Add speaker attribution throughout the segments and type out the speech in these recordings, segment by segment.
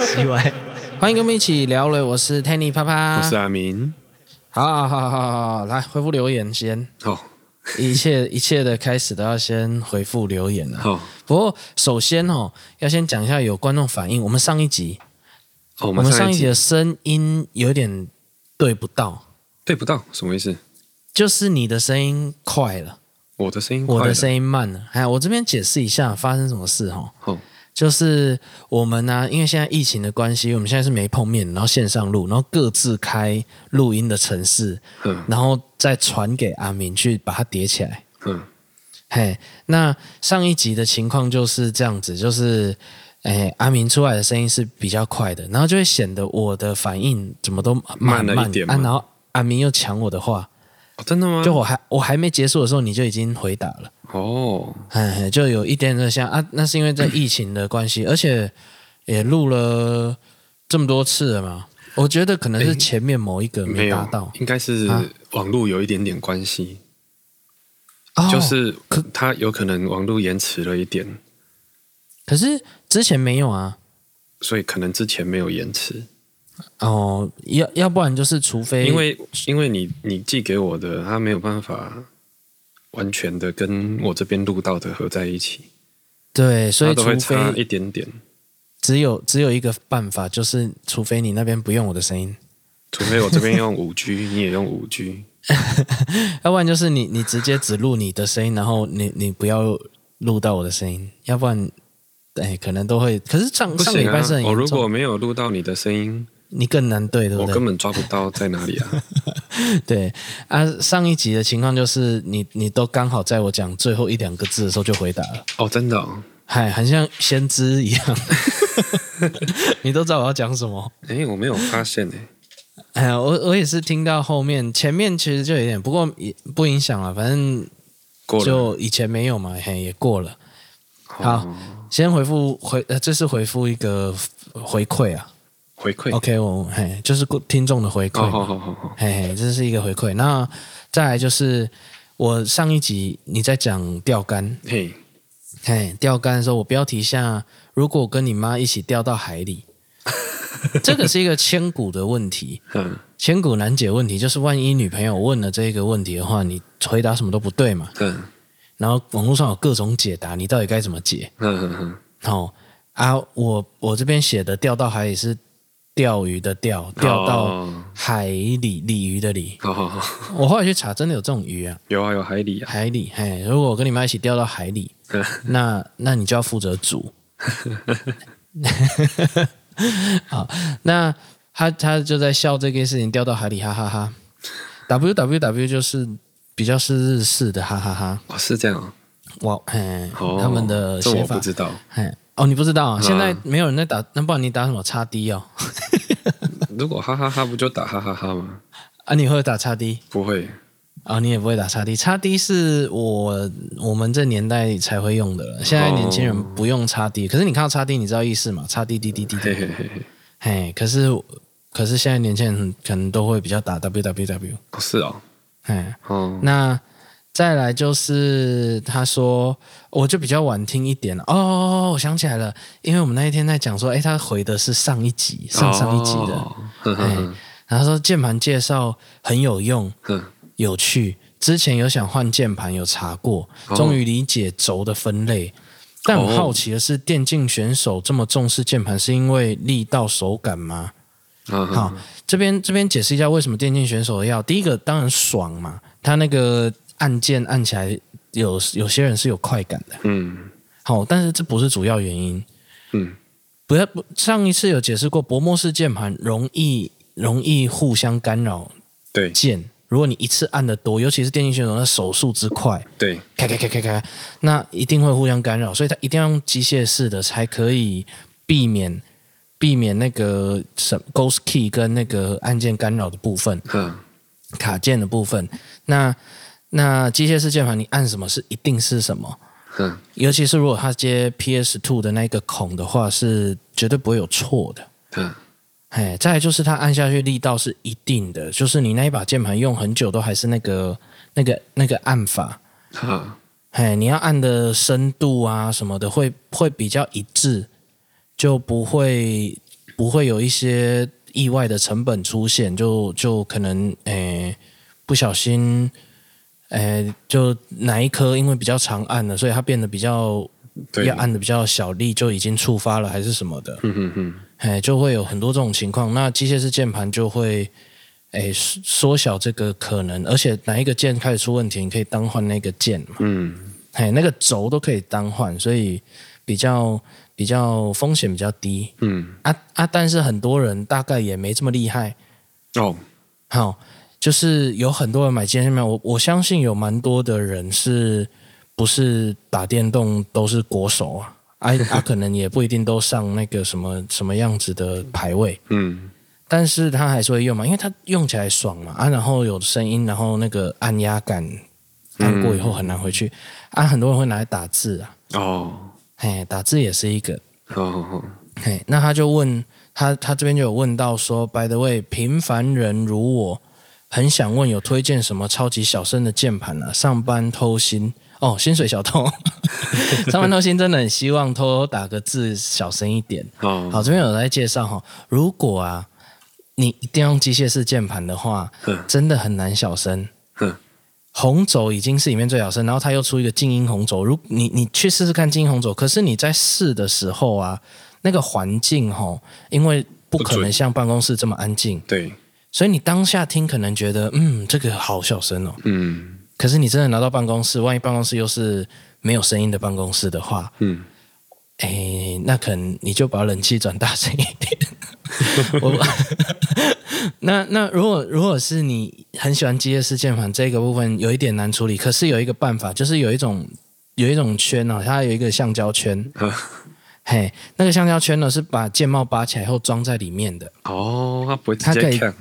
Speaker 1: 奇怪， 欢迎跟我们一起聊了，我是 Tanny 啪啪，
Speaker 2: 我是啊阿明。
Speaker 1: 好好好好好好，来回复留言先，
Speaker 2: 好，
Speaker 1: 一切一切的开始都要先回复留言啊。
Speaker 2: 好，
Speaker 1: 不过首先哦，要先讲一下有观众反映，我们上一集
Speaker 2: 哦，我
Speaker 1: 我
Speaker 2: 们
Speaker 1: 们
Speaker 2: 上
Speaker 1: 上
Speaker 2: 一
Speaker 1: 一集
Speaker 2: 集
Speaker 1: 的声音有点对不到，
Speaker 2: 对哎不到，什么意思？
Speaker 1: 就是你的声音快了，
Speaker 2: 我的声音快了，
Speaker 1: 我的声音慢了。哎，我这边解释一下发生什么事哦。
Speaker 2: 哦，
Speaker 1: 就是我们呢、因为现在疫情的关系，我们现在是没碰面，然后线上录，然后各自开录音的城市，
Speaker 2: 嗯
Speaker 1: 然后再传给阿明去把它叠起来。
Speaker 2: 嗯，
Speaker 1: 嘿，那上一集的情况就是这样子，就是，哎，阿明出来的声音是比较快的，然后就会显得我的反应怎么都慢
Speaker 2: 慢了一点
Speaker 1: 啊，
Speaker 2: 嘛
Speaker 1: 然后阿明又抢我的话，
Speaker 2: 哦真的吗？
Speaker 1: 就我还我还没结束的时候你就已经回答了。
Speaker 2: 哦，
Speaker 1: 哎，就有一点点像啊，那是因为在疫情的关系，而且也录了这么多次了嘛。我觉得可能是前面某一个
Speaker 2: 没
Speaker 1: 没达
Speaker 2: 有
Speaker 1: 到，，
Speaker 2: 应该是
Speaker 1: 啊
Speaker 2: 网络有一点点关系，
Speaker 1: 哦
Speaker 2: 就是它有可能网络延迟了一点，
Speaker 1: 可是之前没有啊。
Speaker 2: 所以可能之前没有延迟，
Speaker 1: 哦，要要不然就是除非
Speaker 2: 因为因为你你寄给我的，它没有办法完全的跟我这边录到的合在一起，
Speaker 1: 对，所
Speaker 2: 它
Speaker 1: 以
Speaker 2: 都
Speaker 1: 除
Speaker 2: 会差
Speaker 1: 非
Speaker 2: 一点点，
Speaker 1: 只有只有一个办法，就是除非你那边不用我的声音，
Speaker 2: 除非我这边用 五 G，你也用五 G，
Speaker 1: 要不然就是你你直接只录你的声音，然后你你不要录到我的声音，要不然哎可能都会。可是上、
Speaker 2: 不
Speaker 1: 上礼
Speaker 2: 行
Speaker 1: 拜
Speaker 2: 啊
Speaker 1: 是很！
Speaker 2: 我
Speaker 1: 严
Speaker 2: 如果
Speaker 1: 重，
Speaker 2: 没有录到你的声音，
Speaker 1: 你更难对，对不
Speaker 2: 我
Speaker 1: 对？
Speaker 2: 根本抓不到在哪里 啊！
Speaker 1: 对啊，上一集的情况就是你你都刚好在我讲最后一两个字的时候就回答了，
Speaker 2: 哦，真的、哦，
Speaker 1: 嗨，很像先知一 样， 你都知道我要讲什么。
Speaker 2: 哎，我没有发现哎，
Speaker 1: 哎呀，我我也是听到后面，前面其实就有点，不过也不影响了，反正
Speaker 2: 过了，
Speaker 1: 就以前没有嘛，嘿，也过了。好
Speaker 2: 哦，
Speaker 1: 先回复回呃，这是回复一个回馈啊
Speaker 2: 回馈，
Speaker 1: ，OK，我嘿，就是听众的回馈嘛。
Speaker 2: 哦，好好好好，
Speaker 1: 嘿嘿，这是一个回馈。那再来就是我上一集你在讲钓竿，
Speaker 2: 嘿，
Speaker 1: 嘿，钓竿的时候我标题下，如果我跟你妈一起掉到海 里，这个是一个千古的问题，
Speaker 2: 嗯
Speaker 1: 千古难解问题，就是万一女朋友问了这个问题的话，你回答什么都不对嘛，
Speaker 2: 嗯
Speaker 1: 然后网络上有各种解答，你到底该怎么解？
Speaker 2: 嗯嗯
Speaker 1: 哦啊，我我这边写的掉到海里是钓鱼的钓，掉到
Speaker 2: 哦
Speaker 1: 海里鲤鱼的鲤。
Speaker 2: 好好好，
Speaker 1: 我后来去查，真的有这种鱼啊，
Speaker 2: 有啊有海里啊，
Speaker 1: 海里。嘿，如果我跟你妈一起掉到海里，
Speaker 2: 嗯
Speaker 1: 那那你就要负责煮。 好，那他他就在笑这件事情掉到海里，哈哈哈 W W W 就是比较是日式的哈哈哈。
Speaker 2: 哦是这样哦
Speaker 1: 哇，嘿，
Speaker 2: 哦，
Speaker 1: 他们的
Speaker 2: 这
Speaker 1: 写
Speaker 2: 我
Speaker 1: 法
Speaker 2: 不，知道，
Speaker 1: 嘿，哦，你不知道啊？
Speaker 2: 嗯
Speaker 1: 现在没有人在打，那不然你打什么叉 D 哦？
Speaker 2: 如果哈哈哈不就打哈哈哈吗？
Speaker 1: 啊，你会打叉 D
Speaker 2: 不会，
Speaker 1: 啊、哦？你也不会打叉 D，叉 D 是我我们这年代才会用的了，现在年轻
Speaker 2: 哦
Speaker 1: 人不用叉 D、可是你看到叉 D，你知道意思吗？叉 D D D D
Speaker 2: 嘿嘿嘿嘿，
Speaker 1: 嘿，可是可是现在年轻人可能都会比较打 WWW，
Speaker 2: 哦是哦，
Speaker 1: 嘿，
Speaker 2: 哦
Speaker 1: 那再来就是他说，我就比较晚听一点了哦我想起来了，因为我们那一天在讲说，哎，他回的是上一集、上上一集的，
Speaker 2: 哦哼
Speaker 1: 哎、
Speaker 2: 哼哼
Speaker 1: 然后他说键盘介绍很有用、
Speaker 2: 哼，
Speaker 1: 有趣，之前有想换键盘，有查过，
Speaker 2: 哦
Speaker 1: 终于理解轴的分类。但我好奇的是，电竞选手这么重视键盘，是因为力道手感吗？
Speaker 2: 嗯哼
Speaker 1: 好，啊这边这边解释一下为什么电竞选手要第一个当然爽嘛，他那个按键按起来有有些人是有快感的。
Speaker 2: 嗯
Speaker 1: 好，但是这不是主要原因。
Speaker 2: 嗯，
Speaker 1: 不要不上一次有解释过，薄膜式键盘容易容易互相干扰
Speaker 2: 对
Speaker 1: 键。如果你一次按的多，尤其是电竞选手，那手速之快，
Speaker 2: 对，
Speaker 1: 咔咔咔咔咔，那一定会互相干扰，所以他一定要用机械式的才可以避免避免那个什 Ghost Key 跟那个按键干扰的部分。
Speaker 2: 嗯
Speaker 1: 卡键的部分。那那机械式键盘，你按什么是一定是什么？
Speaker 2: 哼，
Speaker 1: 尤其是如果它接 PS Two 的那个孔的话，是绝对不会有错的。
Speaker 2: 嗯
Speaker 1: 哎，再来就是它按下去力道是一定的，就是你那一把键盘用很久都还是那个那个那个按法。
Speaker 2: 好，
Speaker 1: 哎，你要按的深度啊什么的，会会比较一致，就不会不会有一些意外的成本出现，就就可能诶、不小心诶、就哪一颗因为比较长按了，所以它变得比较
Speaker 2: 对
Speaker 1: 要，按的比较小力就已经触发了还是什么的，
Speaker 2: 嗯嗯嗯，
Speaker 1: 哎，就会有很多这种情况。那机械式键盘就会，哎，缩缩小这个可能，而且哪一个键开始出问题，你可以单换那个键嘛，
Speaker 2: 嗯，
Speaker 1: 哎，那个轴都可以单换，所以比较比较风险比较低
Speaker 2: 嗯，
Speaker 1: 啊啊！但是很多人大概也没这么厉害，
Speaker 2: 哦，
Speaker 1: 好、就是有很多人买健身票，我我相信有蛮多的人是不是打电动都是国手啊？啊啊，可能也不一定都上那个什么什么样子的排位，
Speaker 2: 嗯，
Speaker 1: 但是他还是会用嘛，因为他用起来爽嘛啊，然后有声音，然后那个按压感按过以后很难回去、啊，很多人会拿来打字啊，
Speaker 2: 哦，
Speaker 1: 嘿，打字也是一个
Speaker 2: 好好好，
Speaker 1: 嘿，那他就问他，他这边就有问到说，by the way，平凡人如我，很想问有推荐什么超级小声的键盘啊？上班偷心哦，薪水小偷， 上班偷心真的很希望偷偷打个字小声一点。
Speaker 2: 哦，
Speaker 1: 好，这边有在介绍哈，如果啊，你一定要用机械式键盘的话，
Speaker 2: 哼
Speaker 1: 真的很难小声。
Speaker 2: 哼，
Speaker 1: 红轴已经是里面最小声，然后它又出一个静音红轴。如你你去试试看静音红轴，可是你在试的时候啊，那个环境吼，因为不可
Speaker 2: 不
Speaker 1: 能
Speaker 2: 准
Speaker 1: 像办公室这么安静，
Speaker 2: 对，
Speaker 1: 所以你当下听可能觉得嗯这个好小声哦，
Speaker 2: 嗯
Speaker 1: 可是你真的拿到办公室，万一办公室又是没有声音的办公室的话，
Speaker 2: 嗯，
Speaker 1: 哎，那可能你就把冷气转大声一点。我 那那如果如果是你很喜欢机械式键盘这个部分，有一点难处理，可是有一个办法，就是有一种有一种圈哦，它有一个橡胶圈，
Speaker 2: 呵
Speaker 1: 嘿，那个橡胶圈呢是把键帽拔起来后装在里面的，
Speaker 2: 哦，他不会直
Speaker 1: 它可以
Speaker 2: 接看，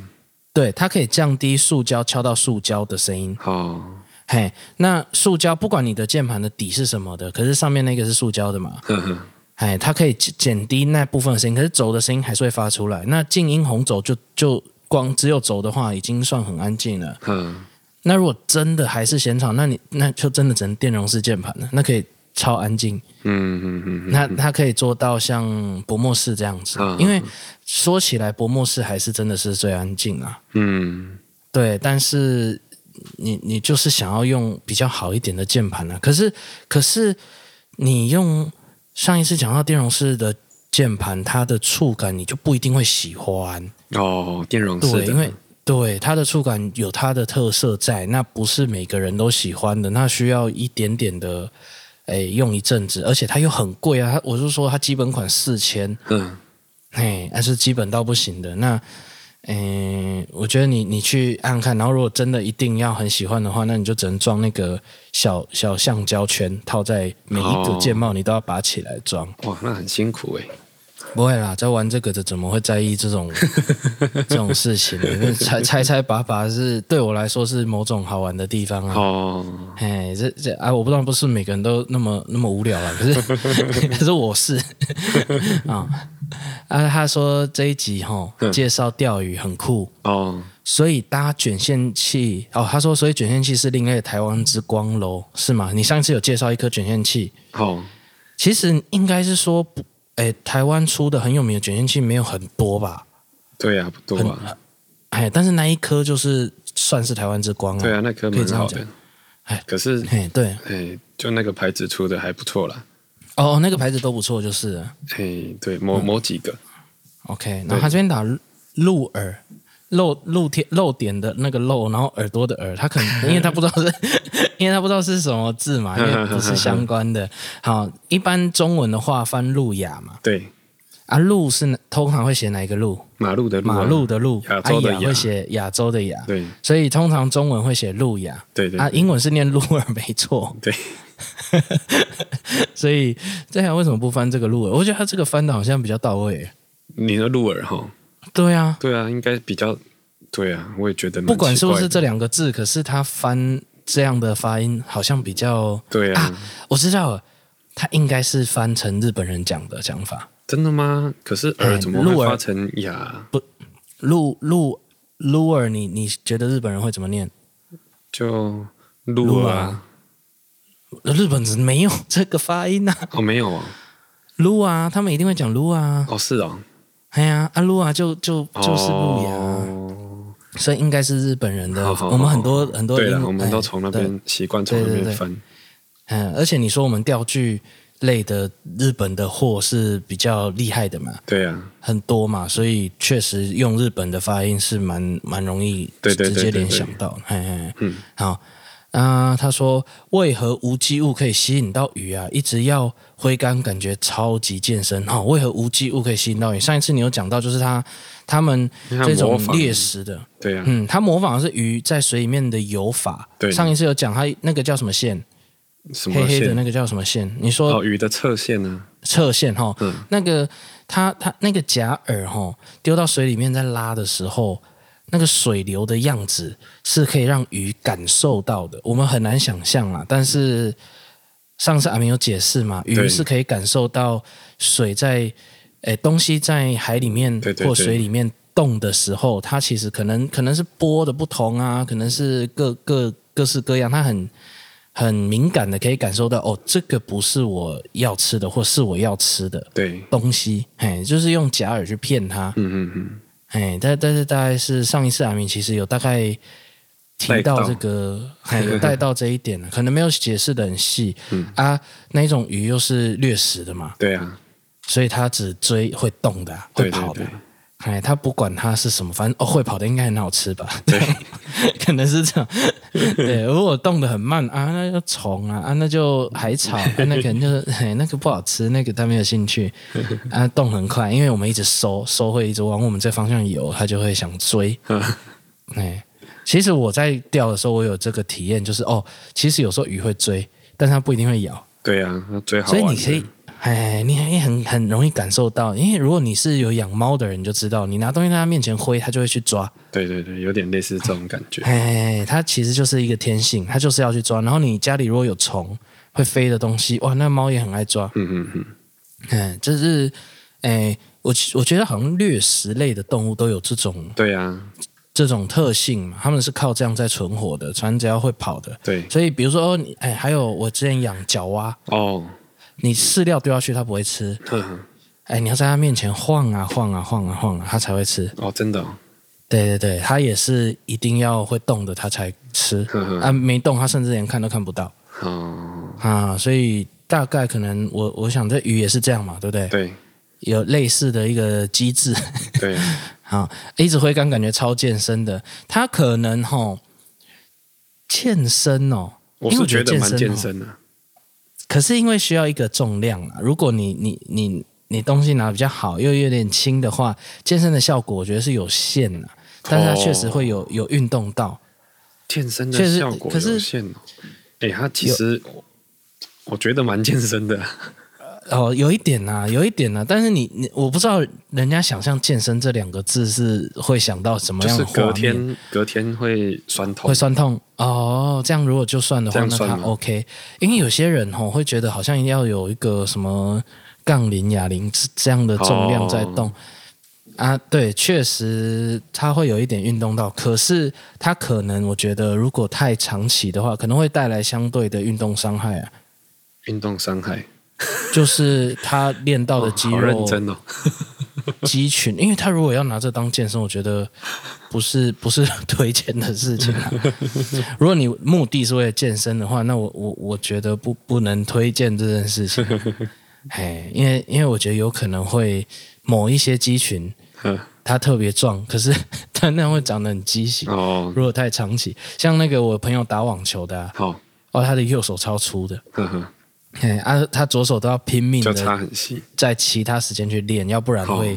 Speaker 1: 对，它可以降低塑胶敲到塑胶的声音，
Speaker 2: 哦，
Speaker 1: 嘿，那塑胶不管你的键盘的底是什么的，可是上面那个是塑胶的嘛，
Speaker 2: 呵呵，
Speaker 1: 哎，它可以减减低那部分的声音，可是轴的声音还是会发出来。那静音红轴就就光只有轴的话，已经算很安静了。
Speaker 2: 呵，
Speaker 1: 那如果真的还是嫌吵，那你那就真的只能电容式键盘了，那可以超安静。
Speaker 2: 嗯嗯嗯，
Speaker 1: 那它可以做到像薄膜式这样子，
Speaker 2: 嗯
Speaker 1: 因为说起来薄膜式还是真的是最安静啊。
Speaker 2: 嗯，
Speaker 1: 对，但是你你就是想要用比较好一点的键盘啊。可是可是你用上一次讲到电容式的键盘，它的触感你就不一定会喜欢。
Speaker 2: 哦，电容式
Speaker 1: 对，
Speaker 2: 的，
Speaker 1: 因为对它的触感有它的特色在，那不是每个人都喜欢的，那需要一点点的。哎，用一阵子，而且它又很贵啊！它我是说，它基本款四千，
Speaker 2: 嗯，
Speaker 1: 嘿，那是基本到不行的。那，嗯，我觉得你你去按看，然后如果真的一定要很喜欢的话，那你就只能装那个小小橡胶圈，套在每一个
Speaker 2: 哦
Speaker 1: 键帽，你都要拔起来装。
Speaker 2: 哇，那很辛苦哎，
Speaker 1: 不会啦，在玩这个的怎么会在意这种这种事情呢？因为拆拆拆拔拔是对我来说是某种好玩的地方啊。
Speaker 2: 哦，
Speaker 1: 哎，这这啊，我不知道，不是每个人都那么那么无聊啊了，可 是可是我是啊啊，他说这一集哈、
Speaker 2: 嗯
Speaker 1: 介绍钓鱼很酷，
Speaker 2: 哦，
Speaker 1: 所以搭卷线器哦，他说所以卷线器是另类的台湾之光喽，是吗？你上次有介绍一颗卷线器，
Speaker 2: 好，
Speaker 1: 其实应该是说不，哎，台湾出的很有名的卷线器没有很多吧？
Speaker 2: 对啊，不多
Speaker 1: 很
Speaker 2: 啊，
Speaker 1: 哎，但是那一颗就是算是台湾之光了，
Speaker 2: 对啊，那颗
Speaker 1: 可以
Speaker 2: 蛮
Speaker 1: 这样
Speaker 2: 好
Speaker 1: 讲
Speaker 2: 的
Speaker 1: 哎，
Speaker 2: 可是，
Speaker 1: 哎对，
Speaker 2: 哎，就那个牌子出的还不错啦，
Speaker 1: 哦，那个牌子都不错，就是了。
Speaker 2: 哎，对，某某几个，
Speaker 1: OK，然后他这边打露耳，露露天露点的那个露，然后耳朵的耳，他可能因为他不知道是， 因为他不知道是什么字 嘛，因为不是相关的。好，一般中文的话翻路亚嘛，
Speaker 2: 对，
Speaker 1: 啊路是哪通常会写哪一个路？
Speaker 2: 马路的路啊，
Speaker 1: 马路的路，
Speaker 2: 亚
Speaker 1: 啊
Speaker 2: 洲的
Speaker 1: 亚
Speaker 2: 亚
Speaker 1: 会写亚洲的亚，
Speaker 2: 对，
Speaker 1: 所以通常中文会写路亚。
Speaker 2: 对对
Speaker 1: 啊，
Speaker 2: 对
Speaker 1: 英文是念鹿耳，没错。
Speaker 2: 对，
Speaker 1: 所以这样为什么不翻这个鹿耳？我觉得他这个翻的好像比较到位。
Speaker 2: 你的鹿耳哈，
Speaker 1: 对啊，
Speaker 2: 对啊，应该比较，对啊，我也觉得蛮
Speaker 1: 不管是不
Speaker 2: 奇
Speaker 1: 是
Speaker 2: 怪的，
Speaker 1: 这两个字，可是他翻这样的发音好像比较，
Speaker 2: 对啊，
Speaker 1: 我知道了，他应该是翻成日本人讲的讲法，
Speaker 2: 真的吗？可是耳怎么
Speaker 1: 哎鹿
Speaker 2: 会
Speaker 1: 耳
Speaker 2: 发成哑？
Speaker 1: 鹿鹿鹿儿，你你觉得日本人会怎么念？
Speaker 2: 就鹿
Speaker 1: 鹿
Speaker 2: 啊
Speaker 1: 啊？日本人没有这个发音呐、啊，
Speaker 2: 哦，没有哦，
Speaker 1: 撸啊，他们一定会讲撸啊，
Speaker 2: 哦，是哦，
Speaker 1: 哎呀，啊撸啊就就就是路亚、
Speaker 2: 哦
Speaker 1: 所以应该是日本人的。
Speaker 2: 好好好
Speaker 1: 我们很多很多
Speaker 2: 对了，
Speaker 1: 英
Speaker 2: 我们都
Speaker 1: 哎
Speaker 2: 从那
Speaker 1: 对
Speaker 2: 边习惯从那
Speaker 1: 对对
Speaker 2: 边
Speaker 1: 对
Speaker 2: 翻，
Speaker 1: 嗯，而且你说我们钓具类的日本的货是比较厉害的嘛，
Speaker 2: 对啊，
Speaker 1: 很多嘛，所以确实用日本的发音是蛮蛮容易
Speaker 2: 对对
Speaker 1: 直
Speaker 2: 对
Speaker 1: 接
Speaker 2: 对
Speaker 1: 联
Speaker 2: 对
Speaker 1: 想到的。嘿嘿，
Speaker 2: 嗯，
Speaker 1: 好。啊、他说为何无机物可以吸引到鱼啊？一直要挥竿，感觉超级健身哦。为何无机物可以吸引到鱼？上一次你有讲到，就是他他们
Speaker 2: 因为它
Speaker 1: 这种
Speaker 2: 模仿
Speaker 1: 猎食的，
Speaker 2: 对啊，
Speaker 1: 嗯，他模仿的是鱼在水里面的游法。
Speaker 2: 对
Speaker 1: 上一次有讲他那个叫什么线，
Speaker 2: 什么
Speaker 1: 嗯黑黑的
Speaker 2: 线？
Speaker 1: 那个叫什么线？你说
Speaker 2: 哦，鱼的侧线呢？
Speaker 1: 侧线哈，
Speaker 2: 嗯
Speaker 1: 那个它它那个假饵哈丢到水里面在拉的时候，那个水流的样子是可以让鱼感受到的，我们很难想象啦。但是上次阿明有解释嘛，鱼
Speaker 2: 对
Speaker 1: 是可以感受到水在诶东西在海里面
Speaker 2: 对对
Speaker 1: 或
Speaker 2: 对
Speaker 1: 水里面动的时候，它其实可能可能是波的不同啊，可能是各各各式各样，它很很敏感的可以感受到哦，这个不是我要吃的，或是我要吃的
Speaker 2: 对，
Speaker 1: 东西，哎，就是用假饵去骗它，
Speaker 2: 嗯嗯嗯，
Speaker 1: 哎，但但是大概是上一次阿明其实有大概提到这个，哎，有带到这一点了，可能没有解释的很细、
Speaker 2: 嗯
Speaker 1: 啊，那一种鱼又是掠食的嘛，
Speaker 2: 对啊，
Speaker 1: 所以它只追会动的啊、会
Speaker 2: 对
Speaker 1: 跑的
Speaker 2: 对
Speaker 1: 啊。
Speaker 2: 对，
Speaker 1: 哎，他不管它是什么，反正哦，会跑的应该很好吃吧？
Speaker 2: 对，
Speaker 1: 可能是这样。对，如果动得很慢啊，那就虫啊，啊那就海草，啊、那可能就是 哎那个不好吃，那个他没有兴趣。啊，动很快，因为我们一直收，收会一直往我们这方向游，它就会想追。哎，其实我在钓的时候，我有这个体验，就是哦，其实有时候鱼会追，但它不一定会咬。
Speaker 2: 对啊，那最好
Speaker 1: 所
Speaker 2: 玩
Speaker 1: 以
Speaker 2: 的。
Speaker 1: 你可以，哎，你也很很容易感受到，因为如果你是有养猫的人，你就知道，你拿东西在它面前挥，它就会去抓。
Speaker 2: 对对对，有点类似这种感觉。
Speaker 1: 哎，它其实就是一个天性，它就是要去抓。然后你家里如果有虫会飞的东西，哇，那猫也很爱抓。
Speaker 2: 嗯嗯嗯，
Speaker 1: 嗯，就是，哎，我我觉得好像掠食类的动物都有这种
Speaker 2: 对啊，
Speaker 1: 这种特性嘛，它们是靠这样在存活的，船只要会跑的。
Speaker 2: 对
Speaker 1: 所以比如说，哦，你哎，还有我之前养角蛙，
Speaker 2: 哦，
Speaker 1: 你饲料丢下去它不会吃，
Speaker 2: 呵呵
Speaker 1: 哎，你要在它面前晃啊晃啊晃啊晃啊，它才会吃。
Speaker 2: 哦，真的、哦，
Speaker 1: 对对对，它也是一定要会动的，它才吃。
Speaker 2: 呵呵，
Speaker 1: 啊，没动，它甚至连看都看不到
Speaker 2: 哦，
Speaker 1: 啊。所以大概可能我我想这鱼也是这样嘛，对不对？
Speaker 2: 对
Speaker 1: 有类似的一个机制
Speaker 2: 对，
Speaker 1: 啊，一直挥杆感觉超健身的，它可能吼健身哦，
Speaker 2: 我
Speaker 1: 因为
Speaker 2: 是
Speaker 1: 我觉
Speaker 2: 觉
Speaker 1: 得
Speaker 2: 得蛮
Speaker 1: 健
Speaker 2: 健
Speaker 1: 身哦
Speaker 2: 身的、
Speaker 1: 可是因为需要一个重量啊，如果你你你你东西拿得比较好，又有点轻的话，健身的效果我觉得是有限的、但是它确实会有有运动到，
Speaker 2: 健身
Speaker 1: 确
Speaker 2: 的
Speaker 1: 实
Speaker 2: 效果
Speaker 1: 可是
Speaker 2: 有限哦。哎、它其实我我觉得蛮健身的，
Speaker 1: 哦，有一点呐、有一点呐、啊但是你你我不知道人家想象健身这两个字是会想到什么
Speaker 2: 就
Speaker 1: 样
Speaker 2: 是
Speaker 1: 的画面，
Speaker 2: 隔天隔天会酸痛
Speaker 1: 会，酸痛哦。这样如果就算的
Speaker 2: 这
Speaker 1: 话，
Speaker 2: 样
Speaker 1: 那
Speaker 2: 算
Speaker 1: 他
Speaker 2: 吗
Speaker 1: OK，因为有些人吼、会觉得好像要有一个什么杠铃、哑铃这这样的重量在
Speaker 2: 哦
Speaker 1: 动。啊，对，确实它会有一点运动到，可是它可能我觉得，如果太长期的话，可能会带来相对的运动伤害啊，
Speaker 2: 运动伤害，
Speaker 1: 就是它练到的
Speaker 2: 哦
Speaker 1: 肌
Speaker 2: 好认
Speaker 1: 肉
Speaker 2: 真哦。
Speaker 1: 肌群，因为他如果要拿这当健身，我觉得不是 不是推荐的事情、啊。如果你目的是为了健身的话，那我我我觉得不不能推荐这件事情。哎，因为因为我觉得有可能会某一些肌群
Speaker 2: 嗯，
Speaker 1: 它特别壮，可是 它那样会长得很畸形。
Speaker 2: 哦，
Speaker 1: 如果太长期，像那个我朋友打网球的、啊，
Speaker 2: 好，
Speaker 1: 哦，他的右手超粗的，
Speaker 2: 呵呵，
Speaker 1: 哎，啊，他左手都要拼命
Speaker 2: 就
Speaker 1: 的
Speaker 2: 差很细。
Speaker 1: 在其他时间去练，要不然会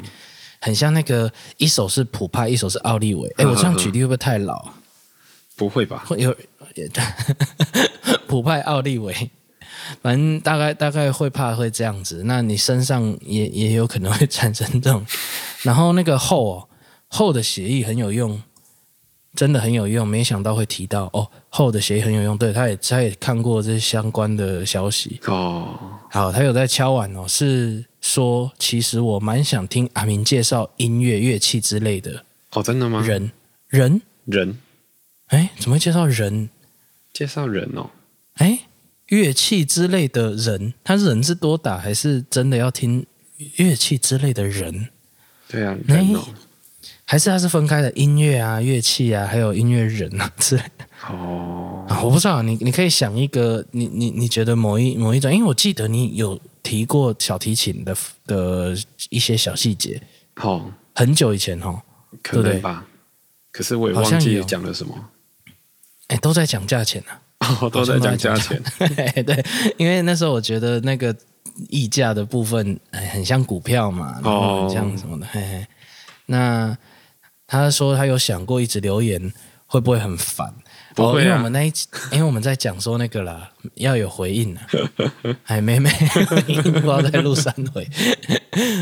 Speaker 1: 很像那个一手是普派，一手是奥利维。哎，我这样举例会不会太老啊？
Speaker 2: 不会吧？
Speaker 1: 会有 普派奥利维，反正大概大概会怕会这样子。那你身上也也有可能会产生这种。然后那个后哦，后的协议很有用，真的很有用。没想到会提到哦，后的协议很有用。对，他也他也看过这相关的消息。
Speaker 2: 哦，
Speaker 1: 好，他有在敲碗哦，是说其实我蛮想听阿明介绍音乐、乐器之类的
Speaker 2: 哦，真的吗？
Speaker 1: 人人，
Speaker 2: 人
Speaker 1: 哎，怎么会介绍人？
Speaker 2: 介绍人哦，
Speaker 1: 哎，乐器之类的人，他人是多打还是真的要听乐器之类的人？
Speaker 2: 对啊，
Speaker 1: 哎
Speaker 2: 人哦，
Speaker 1: 还是它是分开的音乐啊、乐器啊，还有音乐人啊之类的
Speaker 2: 哦，
Speaker 1: 啊，我不知道，你你可以想一个，你你你觉得某一某一种，因为我记得你有提过小提琴的的一些小细节，
Speaker 2: 好，
Speaker 1: 很久以前哦，对
Speaker 2: 可
Speaker 1: 不对
Speaker 2: 能吧。可是我也
Speaker 1: 好像
Speaker 2: 忘记
Speaker 1: 有
Speaker 2: 讲了什么，
Speaker 1: 哎，都在讲价钱啊，哎
Speaker 2: 哦，都在讲 价钱。
Speaker 1: 对，因为那时候我觉得那个溢价的部分，哎，很像股票嘛，然后
Speaker 2: 哦
Speaker 1: 很像什么的，嘿嘿。那他说他有想过一直留言会不会很烦？
Speaker 2: 不
Speaker 1: 哦，
Speaker 2: 会啊
Speaker 1: 因为我们那一集，因为我们在讲说那个啦，要有回应啊。 哎，没没，不知道在录三回。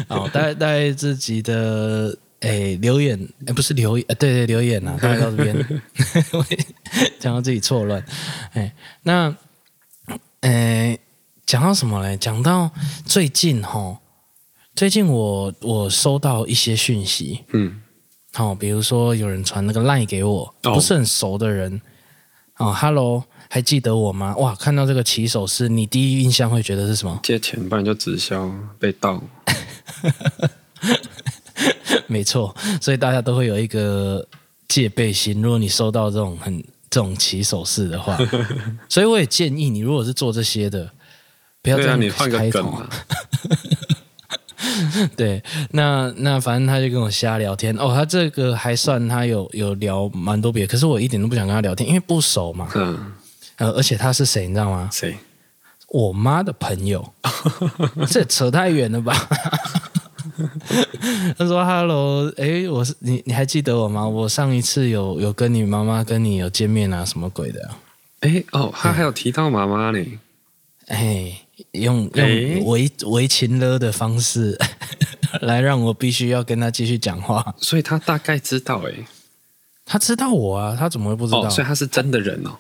Speaker 1: 哦，大概大概自己的哎留言，哎不是留言，哎对对留言啊，大概到这边， 我也 讲到自己错乱。哎，那哎讲到什么嘞？讲到最近哈，最近我我收到一些讯息，
Speaker 2: 嗯，
Speaker 1: 哦，比如说有人传那个 line 给我，
Speaker 2: 哦
Speaker 1: 不是很熟的人，哦，hello，还记得我吗？哇，看到这个起手式，你第一印象会觉得是什么？
Speaker 2: 借钱不然就直销被盗。
Speaker 1: 没错，所以大家都会有一个戒备心。如果你收到这种很这种起手式的 话，所以我也建议你，如果是做这些的，不要这
Speaker 2: 对啊，
Speaker 1: 样
Speaker 2: 你换个
Speaker 1: 开头
Speaker 2: 梗。啊。
Speaker 1: 对，那那反正他就跟我瞎聊天哦，他这个还算他有有聊蛮多别的，可是我一点都不想跟他聊天，因为不熟嘛。
Speaker 2: 嗯，
Speaker 1: 呃，而且他是谁，你知道吗？
Speaker 2: 谁？
Speaker 1: 我妈的朋 友，这也扯太远了吧？ 他说：“Hello，哎，我是你，你还记得我吗？我上一次有有跟你妈妈跟你有见面啊，什么鬼的、啊？
Speaker 2: 哎哦，他还有提到妈妈呢。
Speaker 1: 哎，用
Speaker 2: 诶
Speaker 1: 用围围情勒的方式 来让我必须要跟他继续讲话。
Speaker 2: 所以他大概知道哎、
Speaker 1: 他知道我啊，他怎么会不知道？
Speaker 2: 哦，所以他是真的人哦，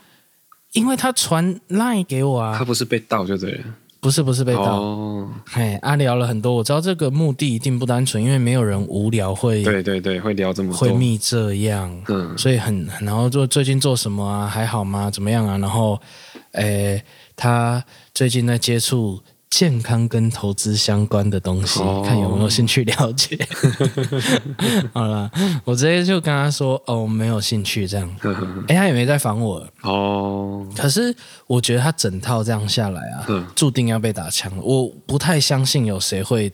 Speaker 1: 因为他传 line 给我
Speaker 2: 他
Speaker 1: 啊，
Speaker 2: 不是被盗就对了。
Speaker 1: 不是不是被盗。
Speaker 2: 哦，
Speaker 1: 哎，啊，聊了很多，我知道这个目的一定不单纯，因为没有人无聊会
Speaker 2: 对对对，会聊这么
Speaker 1: 会
Speaker 2: 多。
Speaker 1: 密这样。”
Speaker 2: 嗯，
Speaker 1: 所以很，然后做最近做什么啊？还好吗？怎么样啊？然后，诶，他最近在接触健康跟投资相关的东西，
Speaker 2: 哦
Speaker 1: 看有没有兴趣了解。 好了，我直接就跟他说，哦，没有兴趣这样。
Speaker 2: 呵呵呵
Speaker 1: 诶，他也没在烦我，
Speaker 2: 哦，
Speaker 1: 可是我觉得他整套这样下来啊，
Speaker 2: 嗯
Speaker 1: 注定要被打枪。我不太相信有谁会，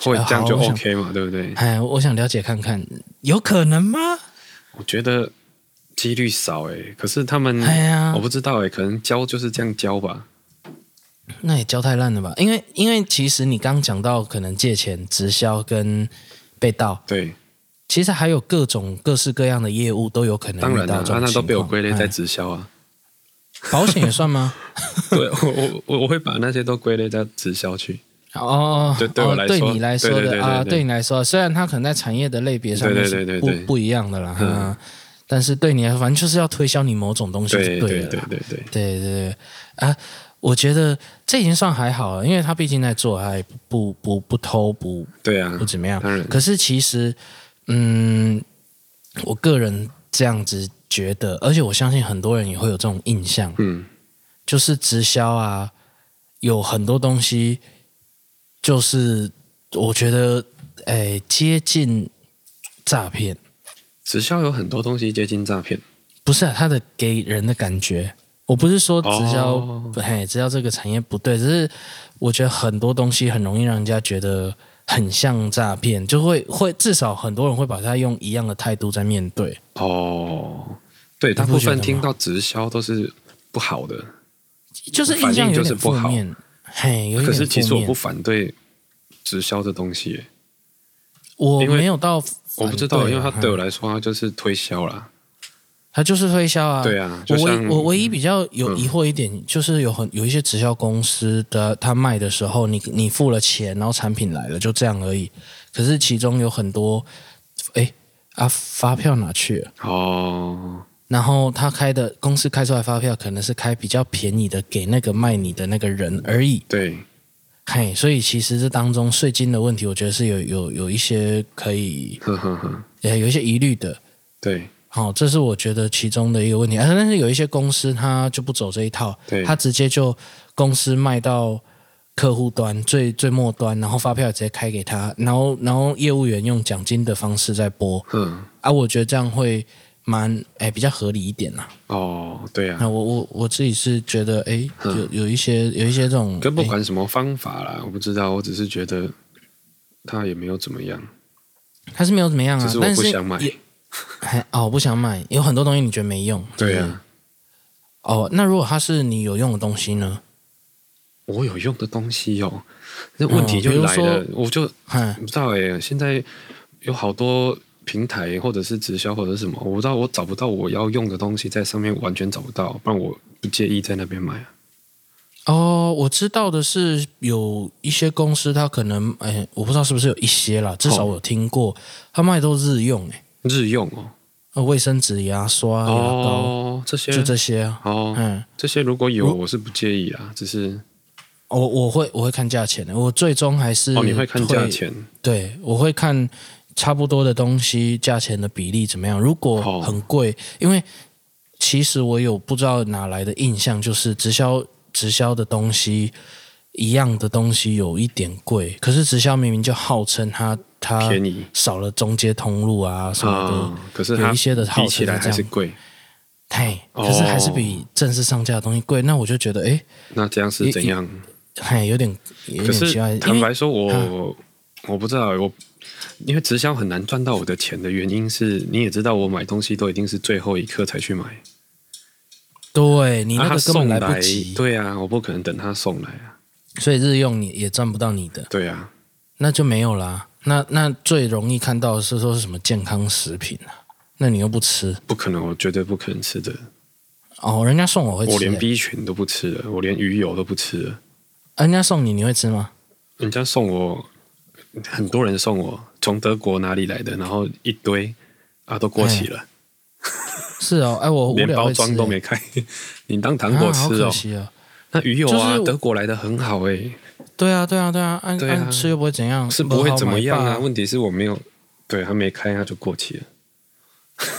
Speaker 2: 会这样
Speaker 1: 呃好
Speaker 2: 就
Speaker 1: 我想
Speaker 2: OK 嘛，对不对？
Speaker 1: 哎，我想了解看看，有可能吗？
Speaker 2: 我觉得几率少哎、可是他们、
Speaker 1: 哎呀，
Speaker 2: 我不知道哎、可能教就是这样教吧。
Speaker 1: 那也教太烂了吧？因为因为其实你刚讲到可能借钱、直销跟被盗，
Speaker 2: 对，
Speaker 1: 其实还有各种各式各样的业务都有可能
Speaker 2: 当
Speaker 1: 遇
Speaker 2: 然啦、
Speaker 1: 到
Speaker 2: 啊
Speaker 1: 这种情，况。
Speaker 2: 那都被我归类在
Speaker 1: 哎
Speaker 2: 直销啊。
Speaker 1: 保险也算 吗？
Speaker 2: 对，我我我我会把那些都归类在直销去。
Speaker 1: 哦，
Speaker 2: 对对我来
Speaker 1: 哦
Speaker 2: 说
Speaker 1: 对你来说
Speaker 2: 对对
Speaker 1: 的
Speaker 2: 对
Speaker 1: 啊，
Speaker 2: 对对
Speaker 1: 对你来说，虽然它可能在产业的类别上面
Speaker 2: 对对
Speaker 1: 是
Speaker 2: 对
Speaker 1: 不
Speaker 2: 对对
Speaker 1: 不一样的啦，
Speaker 2: 嗯
Speaker 1: 嗯，但是对你来说，反正就是要推销你某种东西就
Speaker 2: 对
Speaker 1: 对啊
Speaker 2: 对
Speaker 1: 了啦
Speaker 2: 对对对，
Speaker 1: 对对对啊，我觉得这已经算还好了，因为他毕竟在做，还不不不偷不
Speaker 2: 对啊
Speaker 1: 不，怎么样。
Speaker 2: 当然
Speaker 1: 可是其实，嗯，我个人这样子觉得，而且我相信很多人也会有这种印象，
Speaker 2: 嗯，
Speaker 1: 就是直销啊，有很多东西，就是我觉得，哎，接近诈骗，
Speaker 2: 直销有很多东西接近诈骗。
Speaker 1: 不是、啊、它的给人的感觉。我不是说直销，
Speaker 2: 哦
Speaker 1: 嘿，直销这个产业不对，只是我觉得很多东西很容易让人家觉得很像诈骗，就会会至少很多人会把它用一样的态度在面对。
Speaker 2: 哦，对，
Speaker 1: 不
Speaker 2: 大部
Speaker 1: 觉得
Speaker 2: 分
Speaker 1: 吗
Speaker 2: 听到直销都是不好的，
Speaker 1: 就是印象有点负
Speaker 2: 反应
Speaker 1: 面，嘿，有一点负面。
Speaker 2: 可是其实我不反对直销这东西耶，
Speaker 1: 我
Speaker 2: 因为
Speaker 1: 没有到反对啊，
Speaker 2: 我不知道，因为它对我
Speaker 1: 嗯，
Speaker 2: 来说，它就是推销啦。
Speaker 1: 它就是推销啊。
Speaker 2: 对啊，就
Speaker 1: 我
Speaker 2: 像
Speaker 1: 唯我唯一比较有
Speaker 2: 嗯
Speaker 1: 疑惑一点，就是有很有一些直销公司的，他卖的时候，你你付了钱，然后产品来了，就这样而已。可是其中有很多，哎啊，发票哪去了？
Speaker 2: 哦，
Speaker 1: 然后他开的公司开出来发票，可能是开比较便宜的给那个卖你的那个人而已。
Speaker 2: 对，
Speaker 1: 嘿，所以其实这当中税金的问题，我觉得是有有有一些可以
Speaker 2: 呵呵呵，
Speaker 1: 呃有一些疑虑的。
Speaker 2: 对，
Speaker 1: 好、这是我觉得其中的一个问题。啊、但是有一些公司它就不走这一套，
Speaker 2: 对
Speaker 1: 它直接就公司卖到客户端最最末端，然后发票也直接开给他，然后然后业务员用奖金的方式在拨
Speaker 2: 嗯，
Speaker 1: 啊，我觉得这样会蛮哎比较合理一点啦。
Speaker 2: 哦，对啊，
Speaker 1: 那我我我自己是觉得哎有有一些有一些这种
Speaker 2: 嗯跟不
Speaker 1: 哎
Speaker 2: 管什么方法啦，我不知道，我只是觉得他也没有怎么样，
Speaker 1: 它是没有怎么样
Speaker 2: 只
Speaker 1: 啊
Speaker 2: 是，我
Speaker 1: 但
Speaker 2: 不
Speaker 1: 是
Speaker 2: 想买。
Speaker 1: 也哎哦我不想买，有很多东西你觉得没用，
Speaker 2: 对
Speaker 1: 呀、
Speaker 2: 啊，
Speaker 1: 哦，那如果它是你有用的东西呢？
Speaker 2: 我有用的东西哦，那问题就来
Speaker 1: 嗯
Speaker 2: 了，我就
Speaker 1: 哼，
Speaker 2: 不知道哎、现在有好多平台或者是直销或者是什么，我不知道，我找不到我要用的东西，在上面完全找不到，不然我不介意在那边买啊。
Speaker 1: 哦，我知道的是有一些公司，它可能，哎，我不知道是不是有一些啦，至
Speaker 2: 哦
Speaker 1: 少我有听过，他卖都日用、哎，
Speaker 2: 日用哦，
Speaker 1: 呃，卫生纸、牙刷、牙膏，
Speaker 2: 哦，这些
Speaker 1: 啊就这些啊。
Speaker 2: 哦，
Speaker 1: 嗯，
Speaker 2: 这些如果有
Speaker 1: 如
Speaker 2: 我是不介意啊，只是
Speaker 1: 我我会我会看价钱的，我最终还是
Speaker 2: 哦，你会看价，钱
Speaker 1: 对，我会看差不多的东西价钱的比例怎么样。如果
Speaker 2: 哦
Speaker 1: 很贵，因为其实我有不知道哪来的印象，就是直销直销的东西一样的东西有一点贵，可是直销明明就号称它它
Speaker 2: 便宜
Speaker 1: 少了中间通路啊什么的，
Speaker 2: 啊，可是
Speaker 1: 有
Speaker 2: 它
Speaker 1: 一些的号
Speaker 2: 比起
Speaker 1: 称
Speaker 2: 来还
Speaker 1: 这
Speaker 2: 是
Speaker 1: 样，
Speaker 2: 贵，
Speaker 1: 嘿，
Speaker 2: 哦
Speaker 1: 可是还是比正式上架的东西贵。那我就觉得，哎，
Speaker 2: 那这样是怎样？
Speaker 1: 嘿，有点有
Speaker 2: 可
Speaker 1: 点奇怪，
Speaker 2: 是
Speaker 1: 因
Speaker 2: 坦
Speaker 1: 为啊
Speaker 2: 白说，我我不知道欸，我因为直销很难赚到我的钱的原因是，你也知道，我买东西都一定是最后一刻才去买，
Speaker 1: 对你
Speaker 2: 啊
Speaker 1: 那
Speaker 2: 他
Speaker 1: 个根
Speaker 2: 送
Speaker 1: 本来
Speaker 2: 来
Speaker 1: 不及，
Speaker 2: 对啊，我不可能等他送来啊，
Speaker 1: 所以日用你也赚不到你的。
Speaker 2: 对啊，
Speaker 1: 那就没有啦。那那最容易看到的是说是什么健康食品啊？那你又不吃
Speaker 2: 不可能，我绝对不可能吃的，
Speaker 1: 哦，人家送我会吃、
Speaker 2: 我连
Speaker 1: 欸
Speaker 2: B 群都不吃了，我连鱼油都不吃了，
Speaker 1: 啊人家送你你会吃吗？
Speaker 2: 人家送我，很多人送我，从德国哪里来的，然后一堆啊都过期了，
Speaker 1: 是哦，哎，我无
Speaker 2: 连
Speaker 1: 聊
Speaker 2: 包
Speaker 1: 会吃、
Speaker 2: 装都
Speaker 1: 欸，
Speaker 2: 没开， 你当糖果
Speaker 1: 啊，好
Speaker 2: 吃
Speaker 1: 可
Speaker 2: 哦？
Speaker 1: 惜哦。
Speaker 2: 那鱼油啊，
Speaker 1: 就是我
Speaker 2: 德国来的很好哎、
Speaker 1: 对啊，对啊，对啊，按
Speaker 2: 对啊
Speaker 1: 按吃又不会怎样，
Speaker 2: 是不会怎么样
Speaker 1: 不
Speaker 2: 啊。
Speaker 1: 好买吧
Speaker 2: 问题是我没有，对，还没开它就过期了。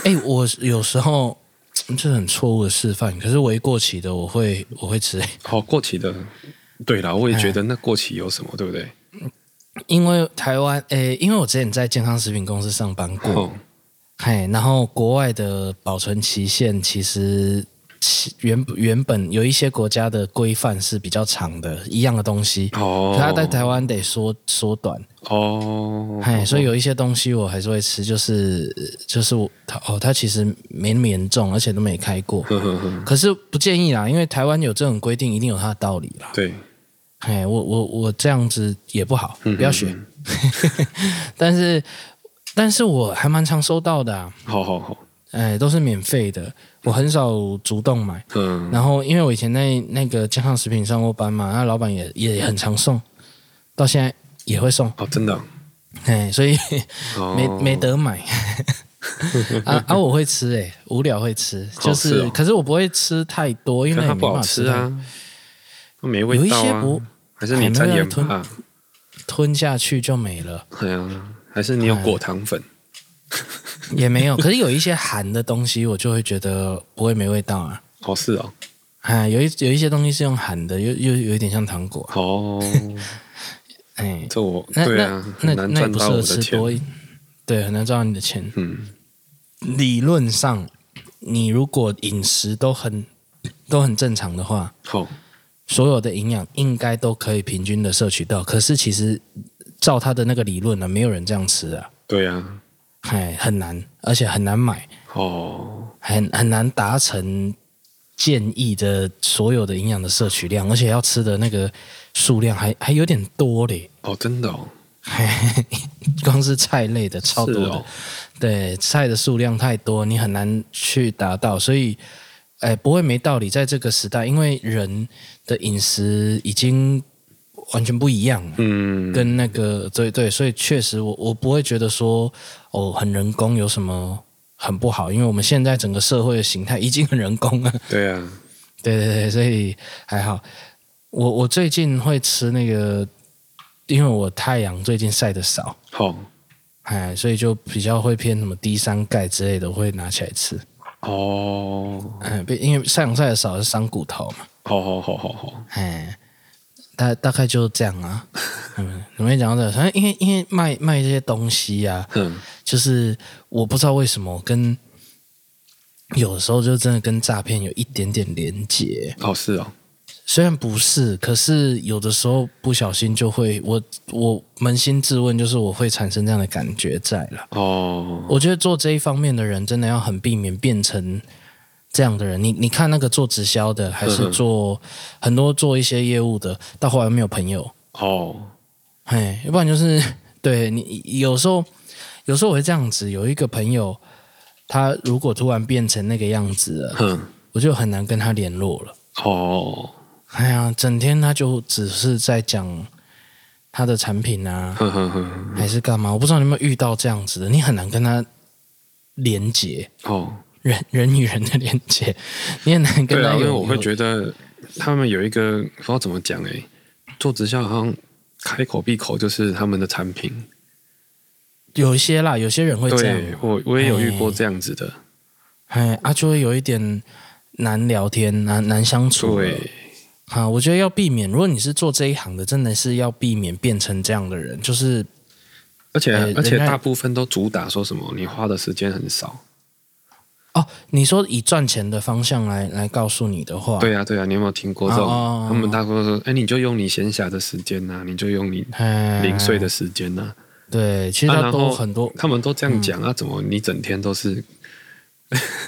Speaker 1: 哎，我有时候这是很错误的示范，可是我一过期的我会我会吃、欸
Speaker 2: 好、过期的，对
Speaker 1: 哎
Speaker 2: 啦，我也觉得那过期有什么，对不对？
Speaker 1: 因为台湾哎，因为我之前在健康食品公司上班过，
Speaker 2: 哦，
Speaker 1: 嘿，然后国外的保存期限其实其原原本有一些国家的规范是比较长的，一样的东西，可它在台哎
Speaker 2: 哦，
Speaker 1: 湾得缩缩短，
Speaker 2: 哦，
Speaker 1: 嘿，所以
Speaker 2: 以
Speaker 1: 有一些东西我还是会吃，就是就是我它哦，它其实没那么严重，而且都没开过，
Speaker 2: 呵呵呵，
Speaker 1: 可是不建议啦，因为台湾有这种规定，一定有它的道理啦。
Speaker 2: 对，
Speaker 1: 嘿，我我我这样子也不好，不要学。
Speaker 2: 嗯
Speaker 1: 但是但是我还蛮常收到的、啊，
Speaker 2: 好好好，
Speaker 1: 哎，都是免费的，我很少主动买。
Speaker 2: 嗯，
Speaker 1: 然后因为我以前在那个健康食品上过班嘛，那老板也也很常送，到现在也会送，
Speaker 2: 哦，真的啊，
Speaker 1: 哎，所以
Speaker 2: 哦
Speaker 1: 没、没，得买。 啊啊！我会吃哎、无聊会吃，就
Speaker 2: 哦
Speaker 1: 是，
Speaker 2: 是哦
Speaker 1: 可是我不会吃太多，因为
Speaker 2: 但
Speaker 1: 也
Speaker 2: 它
Speaker 1: 没
Speaker 2: 不
Speaker 1: 办
Speaker 2: 好
Speaker 1: 法
Speaker 2: 吃
Speaker 1: 太
Speaker 2: 啊，它没
Speaker 1: 有
Speaker 2: 味
Speaker 1: 一
Speaker 2: 道
Speaker 1: 些
Speaker 2: 啊
Speaker 1: 不，
Speaker 2: 还是你
Speaker 1: 哎
Speaker 2: 沾
Speaker 1: 没有
Speaker 2: 盐
Speaker 1: 吞
Speaker 2: 巴，
Speaker 1: 吞下去就没了，
Speaker 2: 对啊，还是你有
Speaker 1: 哎
Speaker 2: 果糖粉，
Speaker 1: 也没有。可是有一些含的东西，我就会觉得不会没味道啊。
Speaker 2: 哦，是哦，
Speaker 1: 哎，有一有一些东西是用含的，又又有一点像糖果，啊
Speaker 2: 哦，
Speaker 1: 哎，
Speaker 2: 这我
Speaker 1: 那
Speaker 2: 对啊，
Speaker 1: 那那
Speaker 2: 很难
Speaker 1: 那也
Speaker 2: 赚
Speaker 1: 不适
Speaker 2: 到我
Speaker 1: 合
Speaker 2: 的
Speaker 1: 吃
Speaker 2: 钱，
Speaker 1: 多一，对，很难赚到你的钱。
Speaker 2: 嗯。
Speaker 1: 理论上，你如果饮食都很都很正常的话，
Speaker 2: 好、
Speaker 1: 所有的营养应该都可以平均的摄取到。可是其实照他的那个理论呢、没有人这样吃啊，
Speaker 2: 对啊，
Speaker 1: 哎，很难，而且很难买，
Speaker 2: 哦，
Speaker 1: 很很难达成。建议的所有的营养的摄取量，而且要吃的那个数量还还有点多嘞，哎
Speaker 2: 哦，真的哦，
Speaker 1: 光是菜类的超
Speaker 2: 是
Speaker 1: 多的，
Speaker 2: 哦，
Speaker 1: 对，菜的数量太多，你很难去达到，所以，哎，不会没道理。在这个时代，因为人的饮食已经完全不一样了，
Speaker 2: 嗯，
Speaker 1: 跟那个对对，所以确实我我不会觉得说哦很人工有什么很不好，因为我们现在整个社会的形态已经很人工了，
Speaker 2: 对啊，
Speaker 1: 对对对，所以还好。我我最近会吃那个，因为我太阳最近晒的少，
Speaker 2: 好、
Speaker 1: 嗨哎，所以就比较会偏什么低山钙之类的，我会拿起来吃。
Speaker 2: 哦，
Speaker 1: 哎，被因为晒阳晒的少是伤骨头嘛，
Speaker 2: 好好好好好，
Speaker 1: 哎，大大概就这样啊。嗯，怎么会讲到这个？反正因为因为卖卖这些东西呀、
Speaker 2: 嗯，
Speaker 1: 就是我不知道为什么跟有时候就真的跟诈骗有一点点连结，
Speaker 2: 哦是哦，
Speaker 1: 虽然不是，可是有的时候不小心就会，我我扪心自问，就是我会产生这样的感觉在了。
Speaker 2: 哦，
Speaker 1: 我觉得做这一方面的人，真的要很避免变成这样的人。你你看那个做直销的，还是
Speaker 2: 嗯
Speaker 1: 做很多做一些业务的，到后来没有朋友，
Speaker 2: 哦，
Speaker 1: 哎，要不然就是 对你有时候有时候我会这样子，有一个朋友，他如果突然变成那个样子了，
Speaker 2: 哼，
Speaker 1: 我就很难跟他联络了。
Speaker 2: 哦，
Speaker 1: 哎呀，整天他就只是在讲他的产品啊，
Speaker 2: 哼哼哼，
Speaker 1: 还是干嘛？我不知道你有没有遇到这样子的，你很难跟他连接。
Speaker 2: 哦，
Speaker 1: 人人与人的连接，你很难跟
Speaker 2: 对
Speaker 1: 他
Speaker 2: 啊，
Speaker 1: 有。
Speaker 2: 因为我会
Speaker 1: 得，
Speaker 2: 觉得他们有一个不知道怎么讲哎，做直销好像开口闭口就是他们的产品，
Speaker 1: 有一些啦，有些人会这
Speaker 2: 对
Speaker 1: 样，
Speaker 2: 我我也有遇过
Speaker 1: 哎
Speaker 2: 这样子的，
Speaker 1: 哎，啊，就会有一点难聊天，难难相处了。
Speaker 2: 对，
Speaker 1: 啊，我觉得要避免，如果你是做这一行的，真的是要避免变成这样的人，就是
Speaker 2: 而且
Speaker 1: 哎
Speaker 2: 而且
Speaker 1: 人家
Speaker 2: 大部分都主打说什么你花的时间很少，
Speaker 1: 哦，你说以赚钱的方向来来告诉你的话，，
Speaker 2: 对啊对啊，你有没有听过这种？
Speaker 1: 哦哦哦
Speaker 2: 他们大部分说，哎，你就用你闲暇的时间呐，你就用你
Speaker 1: 哎，
Speaker 2: 零碎的，时间呐，
Speaker 1: 对，其实
Speaker 2: 啊
Speaker 1: 他
Speaker 2: 然
Speaker 1: 都
Speaker 2: 后
Speaker 1: 很多
Speaker 2: 他们都这样
Speaker 1: 嗯
Speaker 2: 讲啊，怎么你整天都是？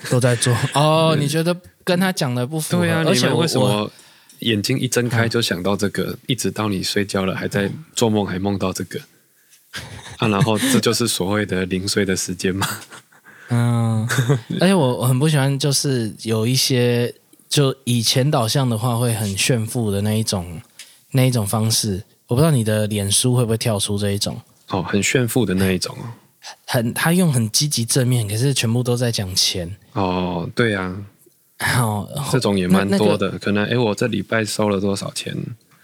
Speaker 1: 都在做。 哦，你觉得跟他讲的不符合？
Speaker 2: 对啊，
Speaker 1: 而
Speaker 2: 你
Speaker 1: 且
Speaker 2: 们
Speaker 1: 我
Speaker 2: 为什
Speaker 1: 我嗯
Speaker 2: 么眼睛一睁开就想到这个，一直到你睡觉了还在做梦，还梦到这个？啊，然后这就是所谓的零碎的 时间嘛。
Speaker 1: 嗯， 而且我我很不喜欢，就是有一些就以前导向的话，会很炫富的那一种那一种方式。我不知道你的脸书会不会跳出这一种，
Speaker 2: 哦，很炫富的那一种哦。
Speaker 1: 很他用很积极正面，可是全部都在讲钱。
Speaker 2: 哦，对啊，
Speaker 1: 好，
Speaker 2: 这种也蛮
Speaker 1: 哦那那个
Speaker 2: 多的。可能哎，我这礼拜收了多少钱？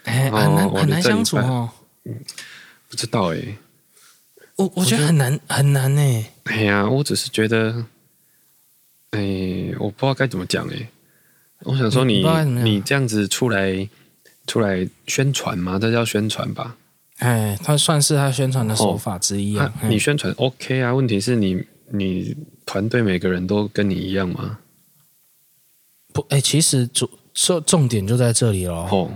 Speaker 1: 哎，
Speaker 2: 哦
Speaker 1: 很难
Speaker 2: 我
Speaker 1: 很难
Speaker 2: 这礼
Speaker 1: 相处
Speaker 2: 拜
Speaker 1: 哦。
Speaker 2: 不知道哎。
Speaker 1: 我我觉得很难很难欸呢、
Speaker 2: 哎呀，我只是觉得，哎，我不知道该怎么讲哎。我想说
Speaker 1: 你
Speaker 2: 你
Speaker 1: 不知道该怎么讲
Speaker 2: 你这样子出来出来宣传嘛，这叫宣传吧？
Speaker 1: 哎，他算是他宣传的手法之一啊
Speaker 2: 啊。
Speaker 1: 哎
Speaker 2: 你宣传 OK 啊？问题是你你团队每个人都跟你一样吗？
Speaker 1: 不哎，其实主重重点就在这里喽。
Speaker 2: 哦，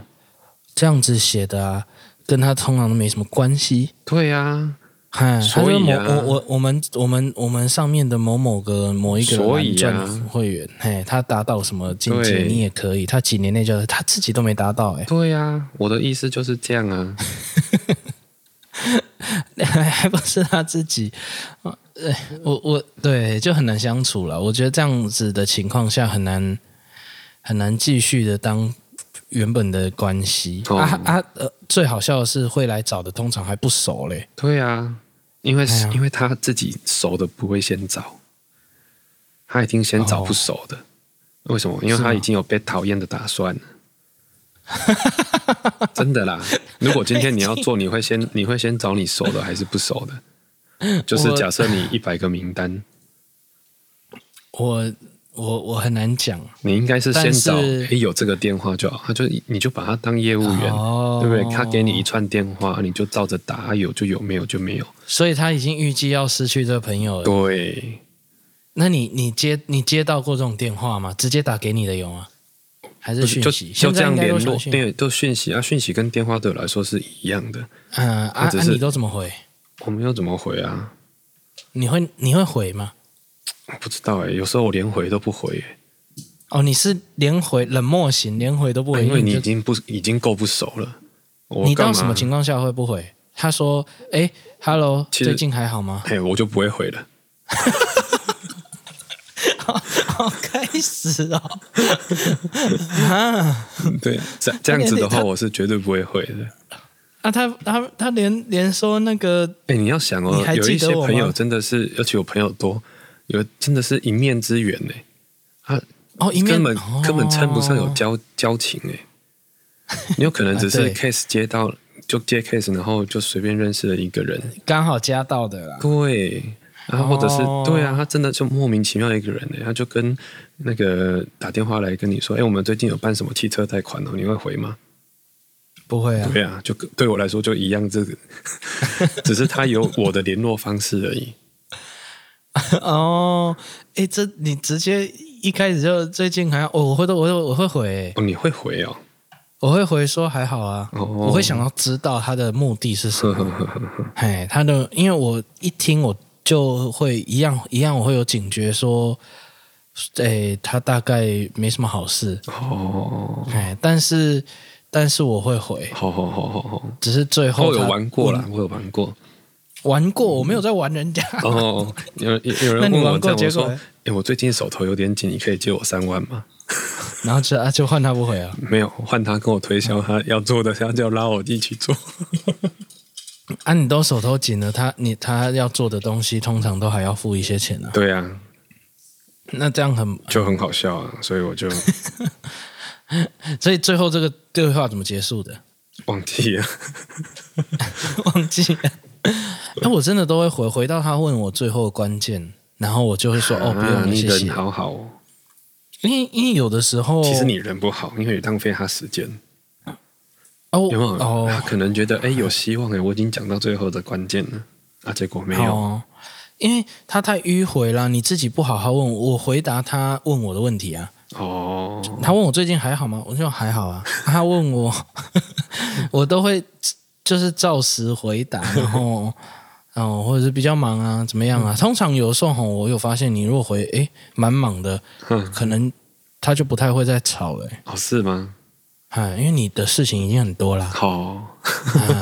Speaker 1: 这样子写的啊，跟他通常都没什么关系。
Speaker 2: 对啊，
Speaker 1: 哎，他
Speaker 2: 所
Speaker 1: 说
Speaker 2: 以
Speaker 1: 某
Speaker 2: 啊
Speaker 1: 我我我们我们我们上面的某某个某一个
Speaker 2: 所以
Speaker 1: 蓝钻
Speaker 2: 啊
Speaker 1: 会员，嘿，他达到什么境界，
Speaker 2: 对
Speaker 1: 你也可以。他几年内就他自己都没达到、欸，
Speaker 2: 对啊，我的意思就是这样啊。
Speaker 1: 还不是他自己。呃，我我对就很难相处了。我觉得这样子的情况下很难很难继续的当原本的关系、
Speaker 2: 哦
Speaker 1: 啊啊呃，最好笑的是会来找的通常还不熟嘞。
Speaker 2: 对啊，因为、
Speaker 1: 哎呀
Speaker 2: 因为他自己熟的不会先找，他一定先找不熟的。为什么？因为
Speaker 1: 哦是吗
Speaker 2: 他已经有被讨厌的打算了。真的啦，如果今天你要做，你会先你会先找你熟的还是不熟的？就是
Speaker 1: 我
Speaker 2: 假设你一百个名单，
Speaker 1: 我我我很难讲。
Speaker 2: 你应该是先找
Speaker 1: 但是
Speaker 2: 诶有这个电话就好，他就你就把他当业务员，
Speaker 1: 哦
Speaker 2: 对不对？他给你一串电话，你就照着打，啊有就有，没有就没有。
Speaker 1: 所以他已经预计要失去这个朋友了。
Speaker 2: 对，
Speaker 1: 那你你接你接到过这种电话吗？直接打给你的有吗？还是
Speaker 2: 不是
Speaker 1: 讯
Speaker 2: 就
Speaker 1: 息？
Speaker 2: 就
Speaker 1: 现
Speaker 2: 这
Speaker 1: 在
Speaker 2: 样
Speaker 1: 应该
Speaker 2: 联
Speaker 1: 都
Speaker 2: 络
Speaker 1: 传，讯
Speaker 2: 对，都讯息啊，讯息跟电话对我来说是一样的，
Speaker 1: 嗯啊
Speaker 2: 或者
Speaker 1: 啊！
Speaker 2: 是
Speaker 1: 你都怎么回？
Speaker 2: 我没有怎么回啊，
Speaker 1: 你会你会回吗？
Speaker 2: 我不知道哎、有时候我连回都不回欸、
Speaker 1: 哦，你是连回冷漠型，连回都不回，
Speaker 2: 哎因为你
Speaker 1: 就
Speaker 2: 已经不已经够不熟了，我
Speaker 1: 哎你
Speaker 2: 干
Speaker 1: 到
Speaker 2: 嘛
Speaker 1: 什么情况下会不回？他说：“哎，Hello，
Speaker 2: 其实
Speaker 1: 最近还好吗
Speaker 2: 嘿，我就不会 回了。？”
Speaker 1: 好开始哦， 啊，
Speaker 2: 对，这这样子的
Speaker 1: 他
Speaker 2: 话，我是绝对不会回的。
Speaker 1: 啊，他他他连连说那个
Speaker 2: 哎、你要想哦
Speaker 1: 你，还
Speaker 2: 有一
Speaker 1: 记得
Speaker 2: 些
Speaker 1: 我吗
Speaker 2: 朋友真的是，而且我朋友多，有真的是一面之缘呢、啊，
Speaker 1: 哦，一面
Speaker 2: 根本、
Speaker 1: 哦
Speaker 2: 欸 根本称不上有交交情哎、你有可能只
Speaker 1: 啊
Speaker 2: 是
Speaker 1: 对
Speaker 2: case 接到就接 case，然后就随便认识了一个人，
Speaker 1: 刚好加到的啦。
Speaker 2: 对，然后或者是、
Speaker 1: 哦
Speaker 2: 对啊，他真的就莫名其妙一个人呢，他就跟那个打电话来跟你说，哎，我们最近有办什么汽车贷款哦，你会回吗？
Speaker 1: 不会啊，
Speaker 2: 对啊，就跟对我来说就一样，这个 只是他有我的联络方式而已。
Speaker 1: 哦，哎，这你直接一开始就最近还好哦，我会都我会我会回、
Speaker 2: 哦，你会回 哦，
Speaker 1: 我会回说还好啊，
Speaker 2: 哦嗯
Speaker 1: 我会想要知道他的目的是什
Speaker 2: 呵
Speaker 1: 么。
Speaker 2: 呵呵呵呵
Speaker 1: 哎，他的，因为我一听我就会一样一样，我会有警觉说，哎，他大概没什么好事。
Speaker 2: 哦，
Speaker 1: 哎，但是但是我会回，
Speaker 2: 好好好好好，
Speaker 1: 只是最后
Speaker 2: 我有
Speaker 1: 他嗯
Speaker 2: 玩过啦，我有玩过。
Speaker 1: 玩过，我没有在玩人家。
Speaker 2: 哦，有人有有
Speaker 1: 那
Speaker 2: 人
Speaker 1: 你
Speaker 2: 问我
Speaker 1: 玩
Speaker 2: 这
Speaker 1: 过
Speaker 2: 样，我
Speaker 1: 结
Speaker 2: 说
Speaker 1: 果嘞，，
Speaker 2: 哎，我最近手头有点紧，你可以借我三万吗？
Speaker 1: 然后就啊就换他不回啊。
Speaker 2: 没有，换他跟我推
Speaker 1: 嗯
Speaker 2: 销他要做的，他就拉我一起做。
Speaker 1: 啊，你都手头紧了，他你他要做的东西通常都还要付一些钱啊。
Speaker 2: 对啊，
Speaker 1: 那这样很，
Speaker 2: 就很好笑啊，所以 我就
Speaker 1: 所以最后这个对话怎么结束的？
Speaker 2: 忘记了。
Speaker 1: 忘记了。 哎，我真的都会回回到他问我最后的关键，然后我就会说哦，不
Speaker 2: 啊
Speaker 1: 用，
Speaker 2: 你
Speaker 1: 谢
Speaker 2: 人
Speaker 1: 谢。哦
Speaker 2: 好好哦。
Speaker 1: 因为因为有的时候，
Speaker 2: 其实你人不好，因为你浪费他时间，
Speaker 1: 哦
Speaker 2: 有没有？他
Speaker 1: 哦
Speaker 2: 可能觉得哎有希望哎，我已经讲到最后的关键了，啊，结果没有。
Speaker 1: 哦，因为他太迂回了，你自己不好好问我，我回答他问我的问题啊。
Speaker 2: 哦，
Speaker 1: 他问我最近还好吗？我就还好啊。他问我， 我都会就是照实回答，然后哦，或者是比较忙啊，怎么样啊？通常有时候吼我有发现，你如果回诶蛮忙的，
Speaker 2: 哼，
Speaker 1: 可能他就不太会再吵了、
Speaker 2: 哦是吗？
Speaker 1: 哎，因为你的事情已经很多啦。
Speaker 2: 好，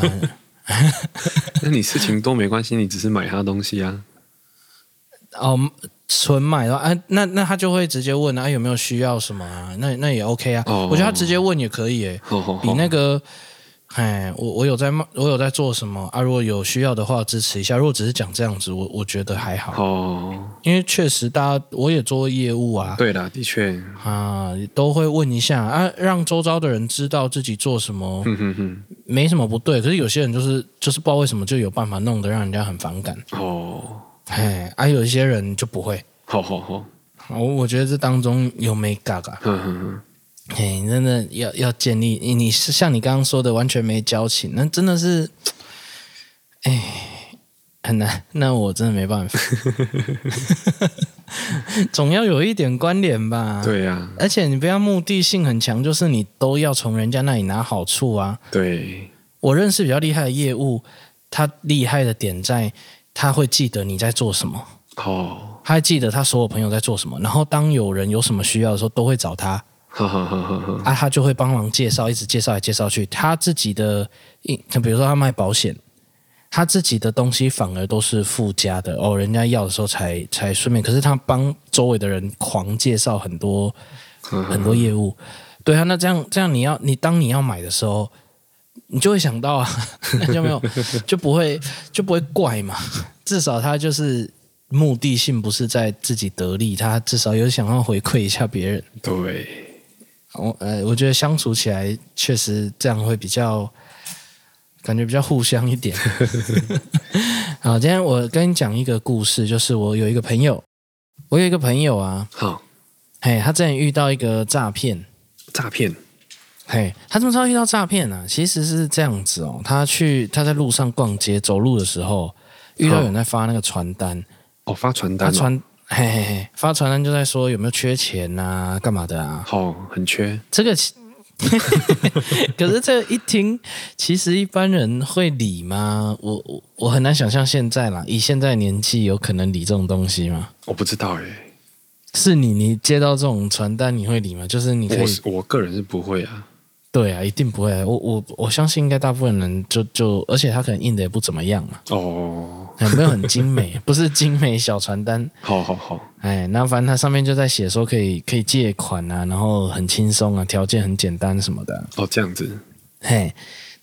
Speaker 1: 嗯
Speaker 2: 那你事情多没关系，你只是买他东西啊。
Speaker 1: 哦，纯买的话，啊，那那他就会直接问啊，有没有需要什么啊？那那也 OK 啊，
Speaker 2: 哦
Speaker 1: 我觉得他直接问也可以、诶，
Speaker 2: 好好
Speaker 1: 比
Speaker 2: 好，
Speaker 1: 那个，哎，我我有在卖，我有在做什么啊？如果有需要的话，支持一下。如果只是讲这样子，我我觉得还好，
Speaker 2: 哦，
Speaker 1: 因为确实大家我也做业务啊，
Speaker 2: 对啦，的确，
Speaker 1: 啊，都会问一下啊，让周遭的人知道自己做什么，
Speaker 2: 哼哼哼，
Speaker 1: 没什么不对。可是有些人就是就是不知道为什么就有办法弄得让人家很反感，
Speaker 2: 哦，
Speaker 1: 哎，啊，有一些人就不会。
Speaker 2: 好好好，嗯
Speaker 1: 我我觉得这当中有没嘎嘎，
Speaker 2: 哼哼哼，
Speaker 1: 嘿，真的要要建立你你是像你刚刚说的完全没交情，那真的是，哎，很难。那我真的没办法，总要有一点关联吧。，
Speaker 2: 对啊呀，
Speaker 1: 而且你不要目的性很强，就是你都要从人家那里拿好处啊。
Speaker 2: 对，
Speaker 1: 我认识比较厉害的业务，他厉害的点在他会记得你在做什么，
Speaker 2: 哦，
Speaker 1: 他还记得他所有朋友在做什么，然后当有人有什么需要的时候，都会找他。
Speaker 2: 哈哈哈哈哈，
Speaker 1: 啊，他就会帮忙介绍，一直介绍来介绍去。他自己的，一比如说他卖保险，他自己的东西反而都是附加的哦，人家要的时候才才顺便。可是他帮周围的人狂介绍很多
Speaker 2: 呵呵
Speaker 1: 很多业务，对啊，那这样这样你要你当你要买的时候，你就会想到啊， 那就没有就不会就不会怪嘛，至少他就是。目的性不是在自己得利，他至少有想要回馈一下别人。
Speaker 2: 对。
Speaker 1: 我呃，我觉得相处起来确实这样会比较，感觉比较互相一点。 好，今天我跟你讲一个故事，就是我有一个朋友，我有一个朋友啊，
Speaker 2: 好，
Speaker 1: 嘿，他之前遇到一个诈骗，
Speaker 2: 诈骗
Speaker 1: 嘿，他怎么知道遇到诈骗呢、啊？其实是这样子哦，他去他在路上逛街走路的时候，遇到有人在发那个传单，
Speaker 2: 哦，发传单、
Speaker 1: 他
Speaker 2: 哦，
Speaker 1: 传。嘿嘿嘿，发传单就在说有没有缺钱呐、干嘛的啊？
Speaker 2: 好、很缺，
Speaker 1: 这个其， 可是这一听，其实一般人会理吗？我我我很难想象现在啦，以现在年纪，有可能理这种东西吗？
Speaker 2: 我不知道哎、
Speaker 1: 是你，你接到这种传单，你会理吗？就是你可
Speaker 2: 我
Speaker 1: 以，
Speaker 2: 是我个人是不会啊，
Speaker 1: 对啊，一定不会。我我我相信，应该大部分人就就，而且他可能印的也不怎么样嘛，
Speaker 2: 哦，
Speaker 1: 有没有很精美？ 不是精美小传单，
Speaker 2: 好好好，
Speaker 1: 哎，那反正它上面就在写说可以可以借款啊，然后很轻松啊，条件很简单什么的啊、
Speaker 2: 哦这样子，
Speaker 1: 嘿，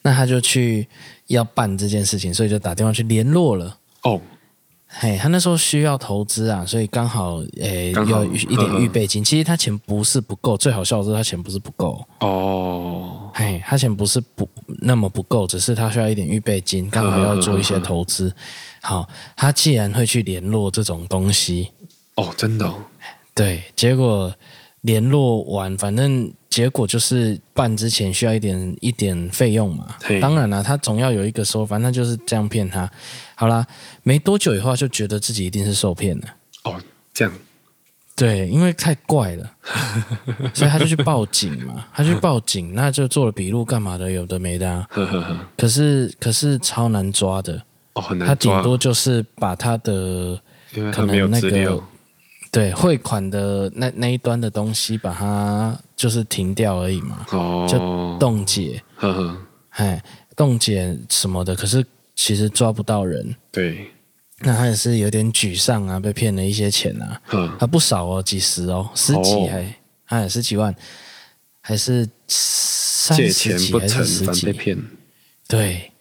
Speaker 1: 那他就去要办这件事情，所以就打电话去联络了。
Speaker 2: 哦
Speaker 1: 嘿，他那时候需要投资啊，所以刚好诶、
Speaker 2: 刚
Speaker 1: 要
Speaker 2: 好嗯
Speaker 1: 有一点预备金。其实他钱不是不够，最好笑的是他钱不是不够，
Speaker 2: 哦
Speaker 1: 嘿，他钱不是不那么不够，只是他需要一点预备金，刚
Speaker 2: 嗯
Speaker 1: 好要做一些投资。好，他既然会去联络这种东西，
Speaker 2: 哦，真的、哦，
Speaker 1: 对，结果联络完，反正结果就是办之前需要一点一点费用嘛
Speaker 2: 嘿。
Speaker 1: 当然啦，他总要有一个说，反正他就是这样骗他。好啦，没多久以后他就觉得自己一定是受骗了，
Speaker 2: 哦，这样，
Speaker 1: 对，因为太怪了，所以他就去报警嘛，他去报警，那就做了笔录干嘛的，有的没的、啊。
Speaker 2: 呵呵呵，
Speaker 1: 可是可是超难抓的，
Speaker 2: 哦，很
Speaker 1: 他
Speaker 2: 难
Speaker 1: 顶
Speaker 2: 抓，
Speaker 1: 多就是把他的
Speaker 2: 因为
Speaker 1: 可
Speaker 2: 他
Speaker 1: 能
Speaker 2: 没有
Speaker 1: 那
Speaker 2: 资
Speaker 1: 个
Speaker 2: 料，
Speaker 1: 对汇款的那那一端的东西，把它就是停掉而已嘛，
Speaker 2: 哦，
Speaker 1: 冻结，
Speaker 2: 呵呵，
Speaker 1: 哎，冻结什么的，可是其实抓不到人，
Speaker 2: 对，
Speaker 1: 那他也是有点沮丧啊，被骗了一些钱啊，
Speaker 2: 呵，
Speaker 1: 他不少哦，几十哦，十几
Speaker 2: 哦
Speaker 1: 还，哎，十几万，还是三
Speaker 2: 借
Speaker 1: 十
Speaker 2: 钱
Speaker 1: 几
Speaker 2: 不
Speaker 1: 还
Speaker 2: 成
Speaker 1: 是十
Speaker 2: 反
Speaker 1: 几
Speaker 2: 被？骗，
Speaker 1: 对，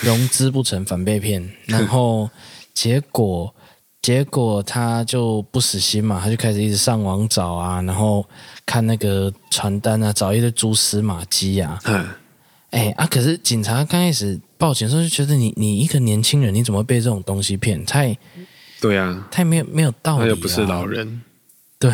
Speaker 1: 融资不成反被 骗，然后结果结果他就不死心嘛，他就开始一直上网找啊，然后看那个传单啊，找一堆蛛丝马迹啊，
Speaker 2: 嗯，
Speaker 1: 哎啊，可是警察刚开始报警的时候就觉得你你一个年轻人，你怎么会被这种东西骗？太
Speaker 2: 对啊，
Speaker 1: 太没有没有道理、
Speaker 2: 他
Speaker 1: 啊，
Speaker 2: 又不是老人，
Speaker 1: 对，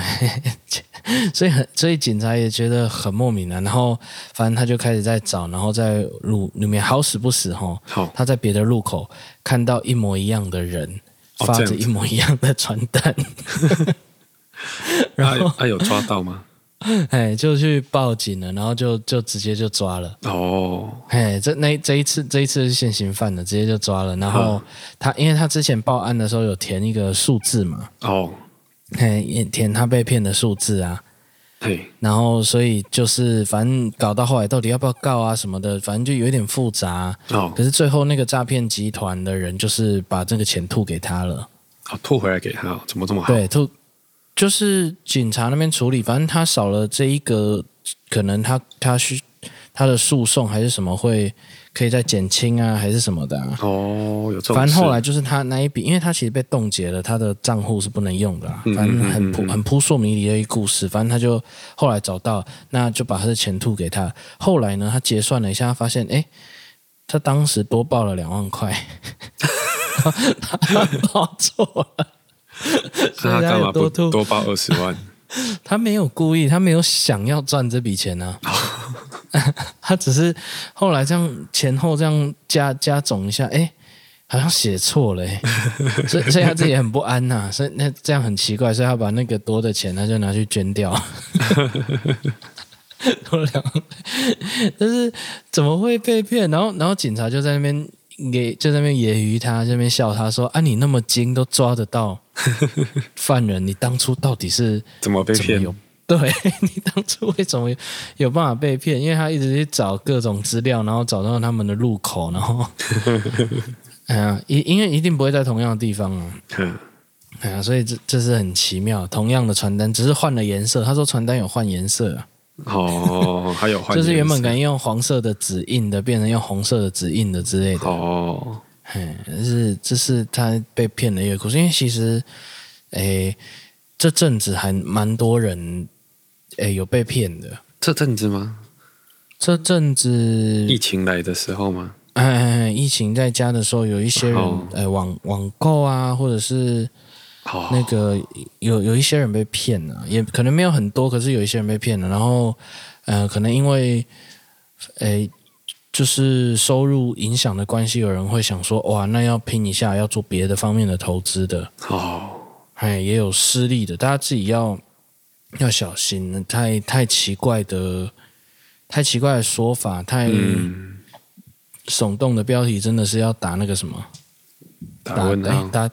Speaker 1: 所以很所以警察也觉得很莫名啊，然后反正他就开始在找，然后在路里面好死不死哈、
Speaker 2: 好、
Speaker 1: 他在别的路口看到一模一样的人
Speaker 2: 哦
Speaker 1: 发
Speaker 2: 这
Speaker 1: 着
Speaker 2: 样子
Speaker 1: 一模一样的传单，
Speaker 2: 他有他有抓到吗？
Speaker 1: 哎，就去报警了，然后就就直接就抓了。
Speaker 2: 哦，
Speaker 1: 哎，这那这一次这一次是现行犯的，直接就抓了。然后他因为他之前报案的时候有填一个数字嘛，
Speaker 2: 哦，
Speaker 1: 哎，也填他被骗的数字啊。
Speaker 2: 嘿，
Speaker 1: 然后所以就是反正搞到后来到底要不要告啊什么的，反正就有一点复杂、
Speaker 2: 哦
Speaker 1: 可，是最后那个诈骗集团的人就是把这个钱吐给他了。
Speaker 2: 哦，吐回来给他，怎么这么好？
Speaker 1: 对，就就是警察那边处理，反正他少了这一个，可能他他需他的诉讼还是什么会可以再减轻啊，还是什么的、啊。
Speaker 2: 哦，有这种事，
Speaker 1: 反正后来就是他那一笔，因为他其实被冻结了，他的账户是不能用的、啊。
Speaker 2: 嗯
Speaker 1: 反正很
Speaker 2: 嗯嗯
Speaker 1: 扑
Speaker 2: 嗯
Speaker 1: 很扑朔迷离的一个故事。反正他就后来找到，那就把他的钱吐给他。后来呢，他结算了一下，他发现哎，诶他当时多报了两万 块， 他报错 了，所以
Speaker 2: 那他干
Speaker 1: 有
Speaker 2: 嘛
Speaker 1: 多
Speaker 2: 不
Speaker 1: 吐
Speaker 2: 多报二十 万？
Speaker 1: 他没有故意，他没有想要赚这笔钱啊， 他只是后来这样前后这样加加总一下，哎、好像写错了、诶所以所以他自己也很不安呐、所以那这样很奇怪，所以他把那个多的钱他就拿去捐掉， 多两万，但是怎么会被骗？然后然后警察就在那边也就在那边揶揄他，在那边笑他说啊，你那么精都抓得到犯人，你当初到底是？
Speaker 2: 怎么被
Speaker 1: 怎么
Speaker 2: 骗？
Speaker 1: 有？对 你当初为什么有有办法被骗？因为他一直去找各种资料，然后找到他们的入口，然 后，哎呀，因因为一定不会在同样的地方啊，
Speaker 2: 嗯，
Speaker 1: 哎呀，所以这这是很奇妙，同样的传单，只是换了颜色。他说传单有换颜色啊，
Speaker 2: 哦，还有换
Speaker 1: 就是原本可
Speaker 2: 颜
Speaker 1: 能用黄色的纸印的，变成用红色的纸印的之类
Speaker 2: 色
Speaker 1: 的。
Speaker 2: 哦，
Speaker 1: 哎，是这是他被骗的一个故事，因为其实，哎，这阵子还蛮多人，哎，有被骗的。
Speaker 2: 这阵子吗？
Speaker 1: 这阵
Speaker 2: 疫
Speaker 1: 子，
Speaker 2: 情来的时候吗？
Speaker 1: 哎，疫情在家的时候，有一些人
Speaker 2: 哦，
Speaker 1: 呃，网网购啊，或者是
Speaker 2: 哦，
Speaker 1: 那个有有一些人被骗了、也可能没有很多，可是有一些人被骗了。然后，呃，可能因为，哎，就是收入影响的关系，有人会想说，哇，那要拼一下，要做别的方面的投资的，
Speaker 2: 哦，
Speaker 1: 哎，也有失利的，大家自己要要小心，太太奇怪的，太奇怪的说法，太。
Speaker 2: 嗯，
Speaker 1: 耸动的标题真的是要打那个什么？
Speaker 2: 打问
Speaker 1: 哎
Speaker 2: 啊，
Speaker 1: 打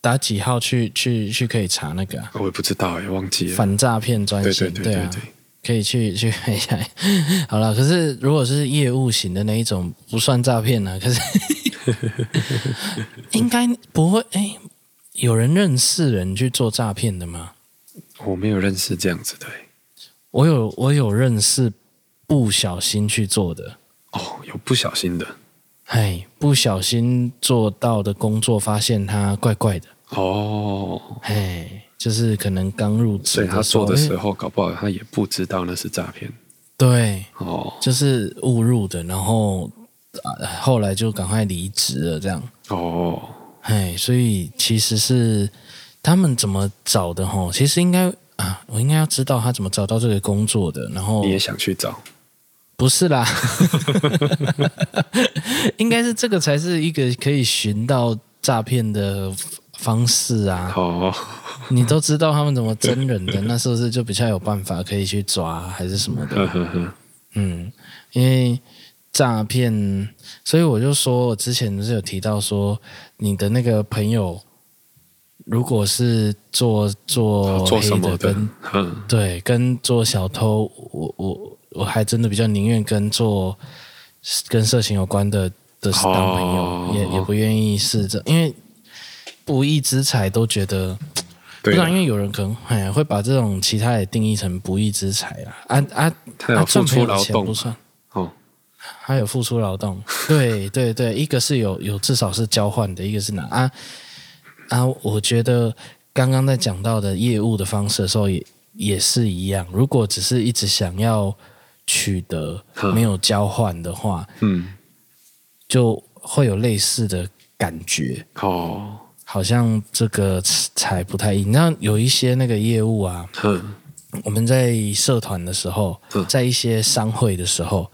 Speaker 1: 打几号去去去可以查那个、啊、
Speaker 2: 我也不知道哎，忘记了。
Speaker 1: 反诈骗专
Speaker 2: 对对
Speaker 1: 线，
Speaker 2: 对
Speaker 1: 啊
Speaker 2: 对，对，
Speaker 1: 可以去去看一下。 好了，可是如果是业务型的那一种，不算诈骗啊。可是 应该不会哎、有人认识人去做诈骗的吗？
Speaker 2: 我没有认识这样子的哎。
Speaker 1: 我有我有认识不小心去做的。
Speaker 2: 哦，有不小心的。
Speaker 1: 哎，不小心做到的工作，发现他怪怪的。
Speaker 2: 哦，
Speaker 1: 哎，就是可能刚入职的
Speaker 2: 所以
Speaker 1: 时
Speaker 2: 他
Speaker 1: 候，
Speaker 2: 做的
Speaker 1: 哎
Speaker 2: 时候，搞不好他也不知道那是诈骗。
Speaker 1: 对，
Speaker 2: 哦
Speaker 1: 就是误入的，然后、啊后来就赶快离职了，这样。
Speaker 2: 哦，
Speaker 1: 哎，所以其实是他们怎么找的吼，其实应该啊，我应该要知道他怎么找到这个工作的。然后
Speaker 2: 你也想去找？
Speaker 1: 不是啦， 应该是这个才是一个可以寻到诈骗的方式啊。
Speaker 2: 哦，
Speaker 1: 你都知道他们怎么真人的，那是不是就比较有办法可以去抓还是什么的？
Speaker 2: 呵呵呵，
Speaker 1: 嗯，因为诈骗，所以我就说，我之前不是有提到说，你的那个朋友如果是做做
Speaker 2: 做什
Speaker 1: 哦黑
Speaker 2: 么的
Speaker 1: 跟？
Speaker 2: 嗯，
Speaker 1: 对跟做小偷，我我我还真的比较宁愿跟做呃跟色情有关的的
Speaker 2: 哦
Speaker 1: 当朋友，也也不愿意是这，因为不义之财都觉得。不
Speaker 2: 对
Speaker 1: 知
Speaker 2: 啊
Speaker 1: 道，，因为有人可能哎会把这种其他也定义成不义之财啦，啊啊
Speaker 2: 他
Speaker 1: 啊
Speaker 2: 有付
Speaker 1: 赚朋
Speaker 2: 出
Speaker 1: 友的
Speaker 2: 劳
Speaker 1: 钱不
Speaker 2: 动，
Speaker 1: 算，
Speaker 2: 哦，
Speaker 1: 还有付出劳动，对对对，一个是有有至少是交换的，一个是拿啊啊，我觉得刚刚在讲到的业务的方式的时候也也是一样，如果只是一直想要取得
Speaker 2: 哼
Speaker 1: 没有交换的话，
Speaker 2: 嗯，
Speaker 1: 就会有类似的感觉，
Speaker 2: 哦，
Speaker 1: 好像这个才不太一样。你知道有一些那个业务啊，
Speaker 2: 哼，
Speaker 1: 我们在社团的时候
Speaker 2: 嗯，
Speaker 1: 在一些商会的时候，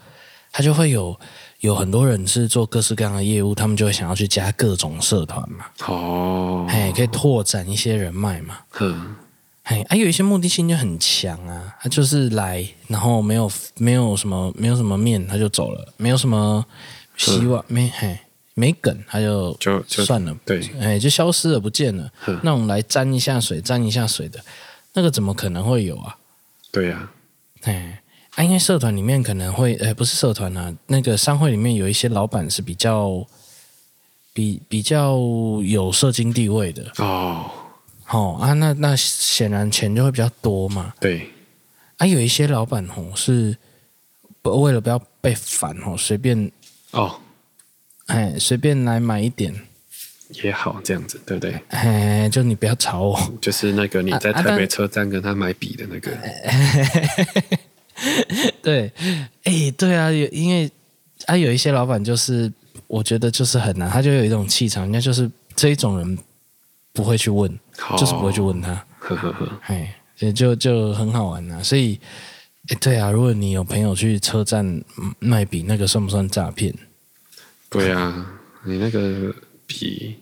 Speaker 1: 他就会有有很多人是做各式各样的业务，他们就会想要去加各种社团嘛，
Speaker 2: 哦，
Speaker 1: 哎、可以拓展一些人脉嘛，
Speaker 2: 哼，
Speaker 1: 哎，啊，有一些目的性就很强啊，他就是来，然后没有没有什么没有什么面他就走了，没有什么希望，没嘿没梗他就
Speaker 2: 就就
Speaker 1: 算了，
Speaker 2: 对，
Speaker 1: 哎，就消失了不见了
Speaker 2: 嗯，
Speaker 1: 那种来沾一下水沾一下水的，那个怎么可能会有啊？
Speaker 2: 对呀，
Speaker 1: 哎，啊，因为社团里面可能会，呃，不是社团啊，那个商会里面有一些老板是比较比比较有社经地位的，
Speaker 2: 哦，
Speaker 1: 哦啊，那那显然钱就会比较多嘛。
Speaker 2: 对，
Speaker 1: 啊，有一些老板哦是不为了不要被烦哦，随便
Speaker 2: 哦，
Speaker 1: 哎随便来买一点，
Speaker 2: 也好这样子，对不对？
Speaker 1: 哎，就你不要吵我。
Speaker 2: 就是那个你在
Speaker 1: 啊啊
Speaker 2: 台北
Speaker 1: 但哎
Speaker 2: 车站跟他买笔的那个，
Speaker 1: 对，哎，对啊，有因为啊，有一些老板就是我觉得就是很难，他就有一种气场，人家就是这一种人不会去问，
Speaker 2: 哦
Speaker 1: 就是不会去问他，
Speaker 2: 呵呵呵，
Speaker 1: 哎，所以就就很好玩呐、啊所以，哎，对啊，如果你有朋友去车站嗯卖笔，那个算不算诈骗？
Speaker 2: 对呀，你那个笔，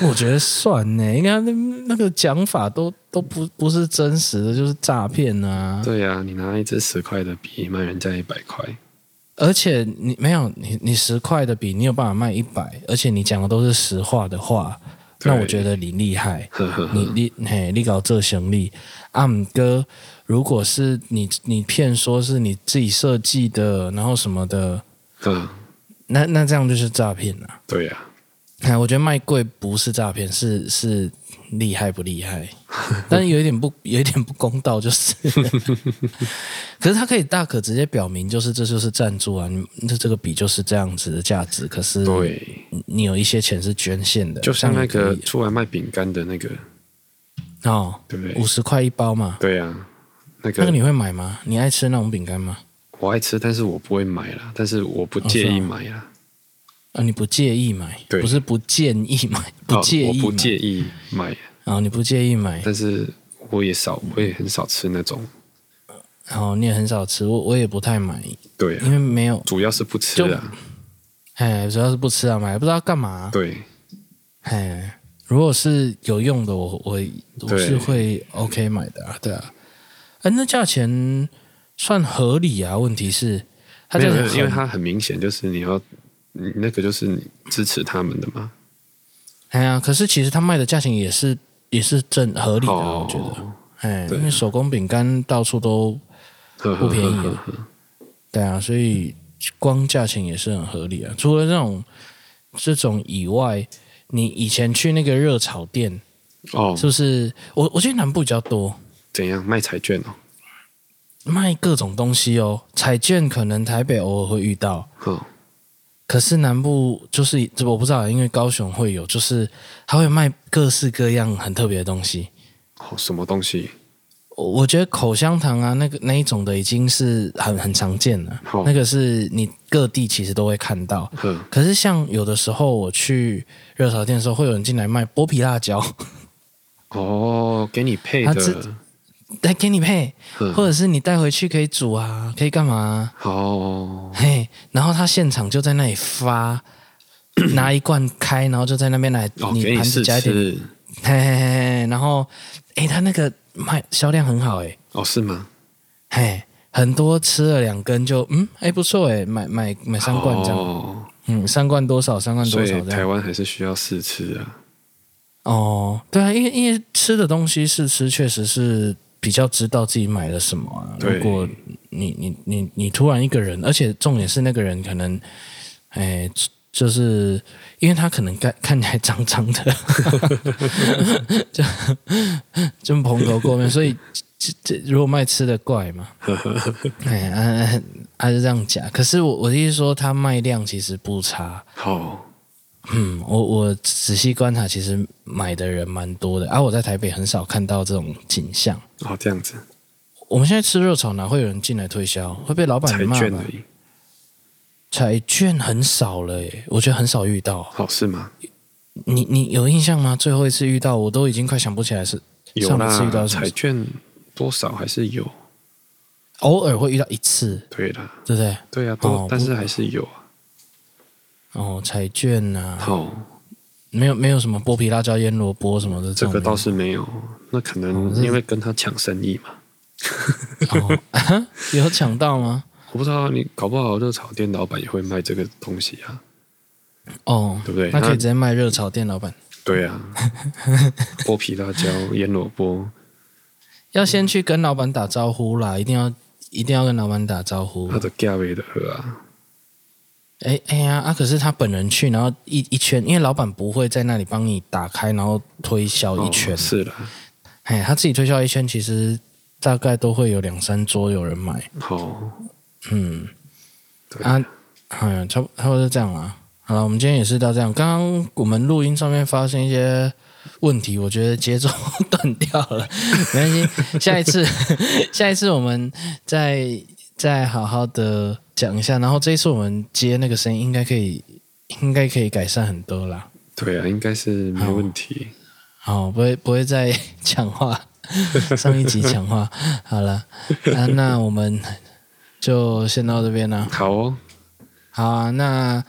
Speaker 1: 我觉得算呢、应该那那个讲法都都不不是真实的，就是诈骗啊。
Speaker 2: 对呀，你拿一支十块的笔卖人家一百块，
Speaker 1: 而且你没有你你十块的笔，你有办法卖一百，而且你讲的都是实话的话，
Speaker 2: 对
Speaker 1: 那我觉得你厉害。
Speaker 2: 呵呵呵，
Speaker 1: 你你嘿，你搞这行李，阿姆哥，啊如果是你你骗说是你自己设计的，然后什么的，
Speaker 2: 嗯，
Speaker 1: 那那这样就是诈骗了、
Speaker 2: 对啊呀，
Speaker 1: 哎，我觉得卖贵不是诈骗，是是厉害不厉 害，但是有一点不有一点不公道，就是， 可是他可以大可直接表明，就是这就是赞助啊，你这这个笔就是这样子的价值，可是
Speaker 2: 对。
Speaker 1: 你你有一些钱是捐献的，
Speaker 2: 就像那
Speaker 1: 这样
Speaker 2: 个
Speaker 1: 也可
Speaker 2: 出来卖饼干的那个，
Speaker 1: 以哦，
Speaker 2: 对不对
Speaker 1: 五？十块一包嘛，
Speaker 2: 对呀、那
Speaker 1: 那个
Speaker 2: 个
Speaker 1: 你会买吗？你爱吃那种饼干吗？
Speaker 2: 我爱吃，但是我不会买啦，但是我不介意买啦，
Speaker 1: 啊，你不介意买，
Speaker 2: 对
Speaker 1: 不是不建议买，不
Speaker 2: 哦
Speaker 1: 介意买，
Speaker 2: 我不介意买，
Speaker 1: 哦，你不介意买，
Speaker 2: 但是我也少，我也很少吃那种，
Speaker 1: 然后哦你也很少吃，我我也不太买，
Speaker 2: 对、
Speaker 1: 因
Speaker 2: 啊，
Speaker 1: 为没有，
Speaker 2: 主要是不吃啦，
Speaker 1: 哎，主要是不吃啊，买不知道干嘛、
Speaker 2: 对，
Speaker 1: 哎，如果是有用的，我我我
Speaker 2: 对
Speaker 1: 是会 OK 买的啊，对啊，哎，那价钱算合理啊，问题是它
Speaker 2: 没
Speaker 1: 价
Speaker 2: 有
Speaker 1: 钱
Speaker 2: 没有，
Speaker 1: 很
Speaker 2: 因为它很明显就是你要，你那个就是你支持他们的嘛，
Speaker 1: 哎呀，可是其实它卖的价钱也是也是正合理的啊、我觉得，
Speaker 2: 哦，
Speaker 1: 哎，
Speaker 2: 对啊
Speaker 1: 因为手工饼干到处都
Speaker 2: 呵
Speaker 1: 不便宜啊
Speaker 2: 呵呵呵
Speaker 1: 对啊，所以光价钱也是很合理啊。除了这种这种以外，你以前去那个热炒店，
Speaker 2: 哦
Speaker 1: 是，不是？我我觉得南部比较多
Speaker 2: 怎样卖彩券哦，
Speaker 1: 卖各种东西哦，彩券可能台北偶尔会遇到，
Speaker 2: 哦，
Speaker 1: 可是南部就是这我不知道，因为高雄会有，就是他会卖各式各样很特别的东西。
Speaker 2: 哦什么东西？
Speaker 1: 我我觉得口香糖啊，那个那一种的已经是很很常见了，
Speaker 2: 好
Speaker 1: 那个是你各地其实都会看到。
Speaker 2: 嗯，
Speaker 1: 可是像有的时候我去热炒店的时候，会有人进来卖剥皮辣椒，
Speaker 2: 哦，给你配
Speaker 1: 它
Speaker 2: 的
Speaker 1: 自，来给你配，
Speaker 2: 嗯
Speaker 1: 或者是你带回去可以煮啊，可以干嘛啊、
Speaker 2: 哦，
Speaker 1: 嘿，然后他现场就在那里 发，拿一罐开，然后就在那边来，
Speaker 2: 哦，
Speaker 1: 你
Speaker 2: 给
Speaker 1: 盘
Speaker 2: 你
Speaker 1: 子
Speaker 2: 试
Speaker 1: 加一点，嘿
Speaker 2: 吃，
Speaker 1: 嘿嘿嘿，然后，诶，他那个卖销量很好、诶，
Speaker 2: 哦，是吗？
Speaker 1: 嘿，很多吃了两根就，嗯，诶，不错、诶，买买买三罐这样，
Speaker 2: 哦，
Speaker 1: 嗯，三罐多少，三罐
Speaker 2: 所
Speaker 1: 多
Speaker 2: 以
Speaker 1: 少这
Speaker 2: 台
Speaker 1: 样，
Speaker 2: 湾还是需要试吃啊。
Speaker 1: 哦，对啊，因为因为吃的东西是吃，确实是。比较知道自己买了什么啊。
Speaker 2: 对
Speaker 1: 如果你你你你突然一个人，而且重点是那个人可能，哎、就是因为他可能看看起来脏脏的， 就就蓬头垢面，所以这这如果卖吃的怪嘛，哎啊啊啊就这样讲。可是我我的意思说，他卖量其实不差。
Speaker 2: 好，
Speaker 1: 嗯， 我我仔细观察，其实买的人蛮多的，而、啊、我在台北很少看到这种景象。
Speaker 2: 哦，这样子，
Speaker 1: 我们现在吃热炒，哪会有人进来推销？会被老板
Speaker 2: 彩
Speaker 1: 骂
Speaker 2: 券
Speaker 1: 吧
Speaker 2: 而？已。
Speaker 1: 彩券很少了耶，我觉得很少遇到。
Speaker 2: 哦，是吗？
Speaker 1: 你你有印象吗？最后一次遇到，我都已经快想不起来是
Speaker 2: 有
Speaker 1: 上次遇
Speaker 2: 啦，
Speaker 1: 到什么
Speaker 2: 彩券多少还是有。
Speaker 1: 偶尔会遇到一次，
Speaker 2: 对啦，
Speaker 1: 对不对？
Speaker 2: 对啊，多
Speaker 1: 哦，
Speaker 2: 但是
Speaker 1: 不
Speaker 2: 还是有啊。
Speaker 1: 哦，彩券呐、啊，
Speaker 2: 好，
Speaker 1: 没有没有什么剥皮辣椒、腌萝卜什么的
Speaker 2: 哦这
Speaker 1: 种
Speaker 2: 个
Speaker 1: 的
Speaker 2: 倒是没有，那可能
Speaker 1: 哦是
Speaker 2: 因为跟他抢生意嘛。
Speaker 1: 哦、啊有抢到吗？
Speaker 2: 我不知道，你搞不好热炒店老板也会卖这个东西啊，
Speaker 1: 哦，
Speaker 2: 对不对？
Speaker 1: 那可以
Speaker 2: 那
Speaker 1: 直接卖热炒店老板。
Speaker 2: 对啊， 剥皮辣椒、腌萝卜，
Speaker 1: 要先去跟老板打招呼啦，一定要一定要跟老板打招呼
Speaker 2: 它。的价位的喝啊，
Speaker 1: 哎哎呀啊！可是他本人去，然后一一圈，因为老板不会在那里帮你打开，然后推销一圈。
Speaker 2: 哦、是啦，
Speaker 1: 哎，他自己推销一圈，其实大概都会有两三桌有人买。
Speaker 2: 好、
Speaker 1: 嗯
Speaker 2: 对
Speaker 1: 啊，哎呀，差不差不多是这样啦。好了，我们今天也是到这样。刚刚我们录音上面发生一些问题，我觉得节奏断掉了， 没关系，下一次 下一次我们再再好好的讲一下。然后这一次我们接那个声音，应该可以应该可以改善很多啦。
Speaker 2: 对啊，应该是没问题。
Speaker 1: 好，不会不会再抢话，上一集抢话。好了，啊，那我们就先到这边啦。
Speaker 2: 好哦，
Speaker 1: 好啊，那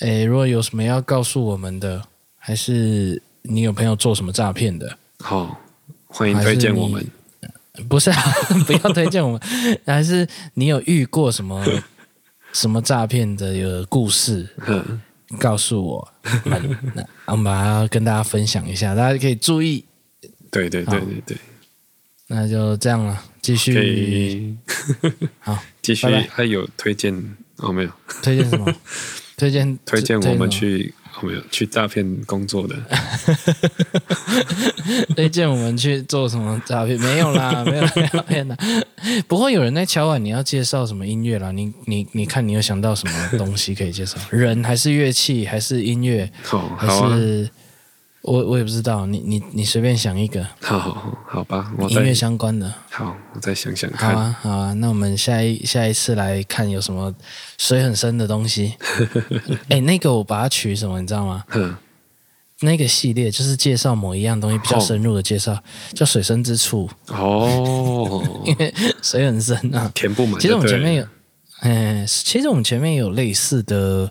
Speaker 1: 诶，如果有什么要告诉我们的，还是你有朋友做什么诈骗的，
Speaker 2: 好、欢迎推荐我
Speaker 1: 还
Speaker 2: 们
Speaker 1: 是。不是、啊， 不要推荐我们，还是你有遇过什么什么诈骗的有故事，
Speaker 2: 嗯，
Speaker 1: 告诉我们，那我们把它跟大家分享一下，大家可以注意。
Speaker 2: 对对对
Speaker 1: 好
Speaker 2: 对对，
Speaker 1: 那就这样了，继
Speaker 2: 可
Speaker 1: 续
Speaker 2: 以
Speaker 1: 好，
Speaker 2: 继续
Speaker 1: 拜拜
Speaker 2: 还有推荐哦，没有
Speaker 1: 推荐什么？推荐
Speaker 2: 推荐我们
Speaker 1: 什么
Speaker 2: 去哦，没有去诈骗工作的，
Speaker 1: 推荐我们去做什么诈骗？没有 啦，没有诈骗啦。不会有人在敲碗，你要介绍什么音乐啦？你你你看，你有想到什么东西可以介绍？人还是乐器，还是音乐，
Speaker 2: 好、
Speaker 1: 还
Speaker 2: 好啊，
Speaker 1: 是、我我也不知道。你你你随便想一个
Speaker 2: 好好好好吧，我
Speaker 1: 音
Speaker 2: 再
Speaker 1: 乐相关的。
Speaker 2: 好，我再想想
Speaker 1: 好
Speaker 2: 看。
Speaker 1: 啊，好啊，那我们下一下一次来看有什么水很深的东 西。哎、那个我把它取什么，你知道吗？
Speaker 2: 嗯，
Speaker 1: 那个系列就是介绍某一样东西比较深入的介绍，叫水深之处，
Speaker 2: 哦，
Speaker 1: 因为水很深啊。
Speaker 2: 填不满
Speaker 1: 其
Speaker 2: 就对
Speaker 1: 实
Speaker 2: 了。
Speaker 1: 我们前面有，嗯、其实我们前面有类似的、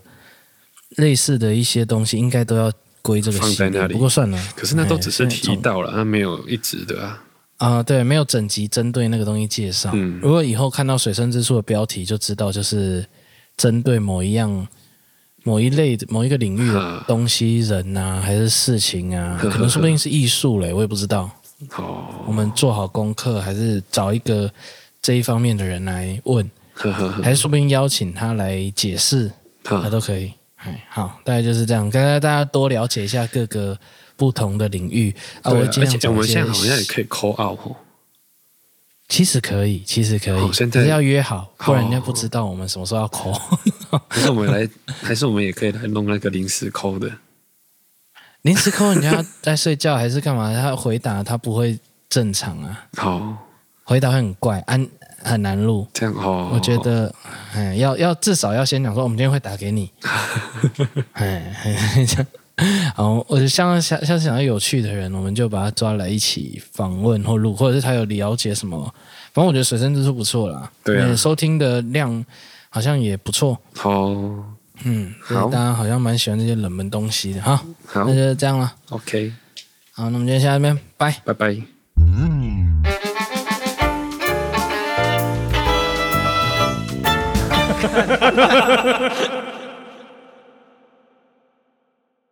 Speaker 1: 类似的一些东西，应该都要归这个
Speaker 2: 放
Speaker 1: 系
Speaker 2: 在
Speaker 1: 列。
Speaker 2: 那里
Speaker 1: 不过算了，
Speaker 2: 可是那都只是
Speaker 1: 哎
Speaker 2: 提到了，它没有一直的啊。
Speaker 1: 啊、对，没有整集针对那个东西介绍。
Speaker 2: 嗯
Speaker 1: 如果以后看到水深之处的标题，就知道就是针对某一样、某一类的、某一个领域的
Speaker 2: 啊
Speaker 1: 东西、人啊，还是事情啊，
Speaker 2: 呵呵呵
Speaker 1: 可能说不定是艺术嘞，我也不知道。我
Speaker 2: 哦，
Speaker 1: 们做好功课，还是找一个这一方面的人来问，
Speaker 2: 呵呵呵，啊
Speaker 1: 还是说不定邀请他来解释。那
Speaker 2: 好
Speaker 1: 啊都可以。哎，好，大概就是这样。刚刚大家多了解一下各个不同的领域啊，
Speaker 2: 对
Speaker 1: 我
Speaker 2: 啊
Speaker 1: 会尽
Speaker 2: 而
Speaker 1: 量
Speaker 2: 且
Speaker 1: 找
Speaker 2: 我们
Speaker 1: 一些
Speaker 2: 现在好像也可以扣 out 哦。
Speaker 1: 其实可以，其实可以，
Speaker 2: 哦现在
Speaker 1: 可是要约好，不然人家
Speaker 2: 哦
Speaker 1: 不知道我们什么时候要 call。
Speaker 2: 还是我们 来，还是我们也可以来弄那个临时扣的。
Speaker 1: 临时 call 人家在睡觉还是干嘛，他回答他不会正常啊。
Speaker 2: 好，
Speaker 1: 回答会很怪，安很难录。
Speaker 2: 这样哦，
Speaker 1: 我觉得，哎，要要至少要先讲说，我们今天会打给 你，哎， 嘿这样好，我就像像像想要有趣的人，我们就把他抓来一起访问或录，或者是他有了解什么，反正我觉得水深之处不错啦，
Speaker 2: 对啊
Speaker 1: 嗯收听的量好像也不错，
Speaker 2: 哦，
Speaker 1: 嗯，所以
Speaker 2: 好
Speaker 1: 大家好像蛮喜欢这些冷门东西的哈，
Speaker 2: 好
Speaker 1: 那就这样了，
Speaker 2: ，OK，
Speaker 1: 好，那我们今天先到这边，拜。
Speaker 2: 拜拜。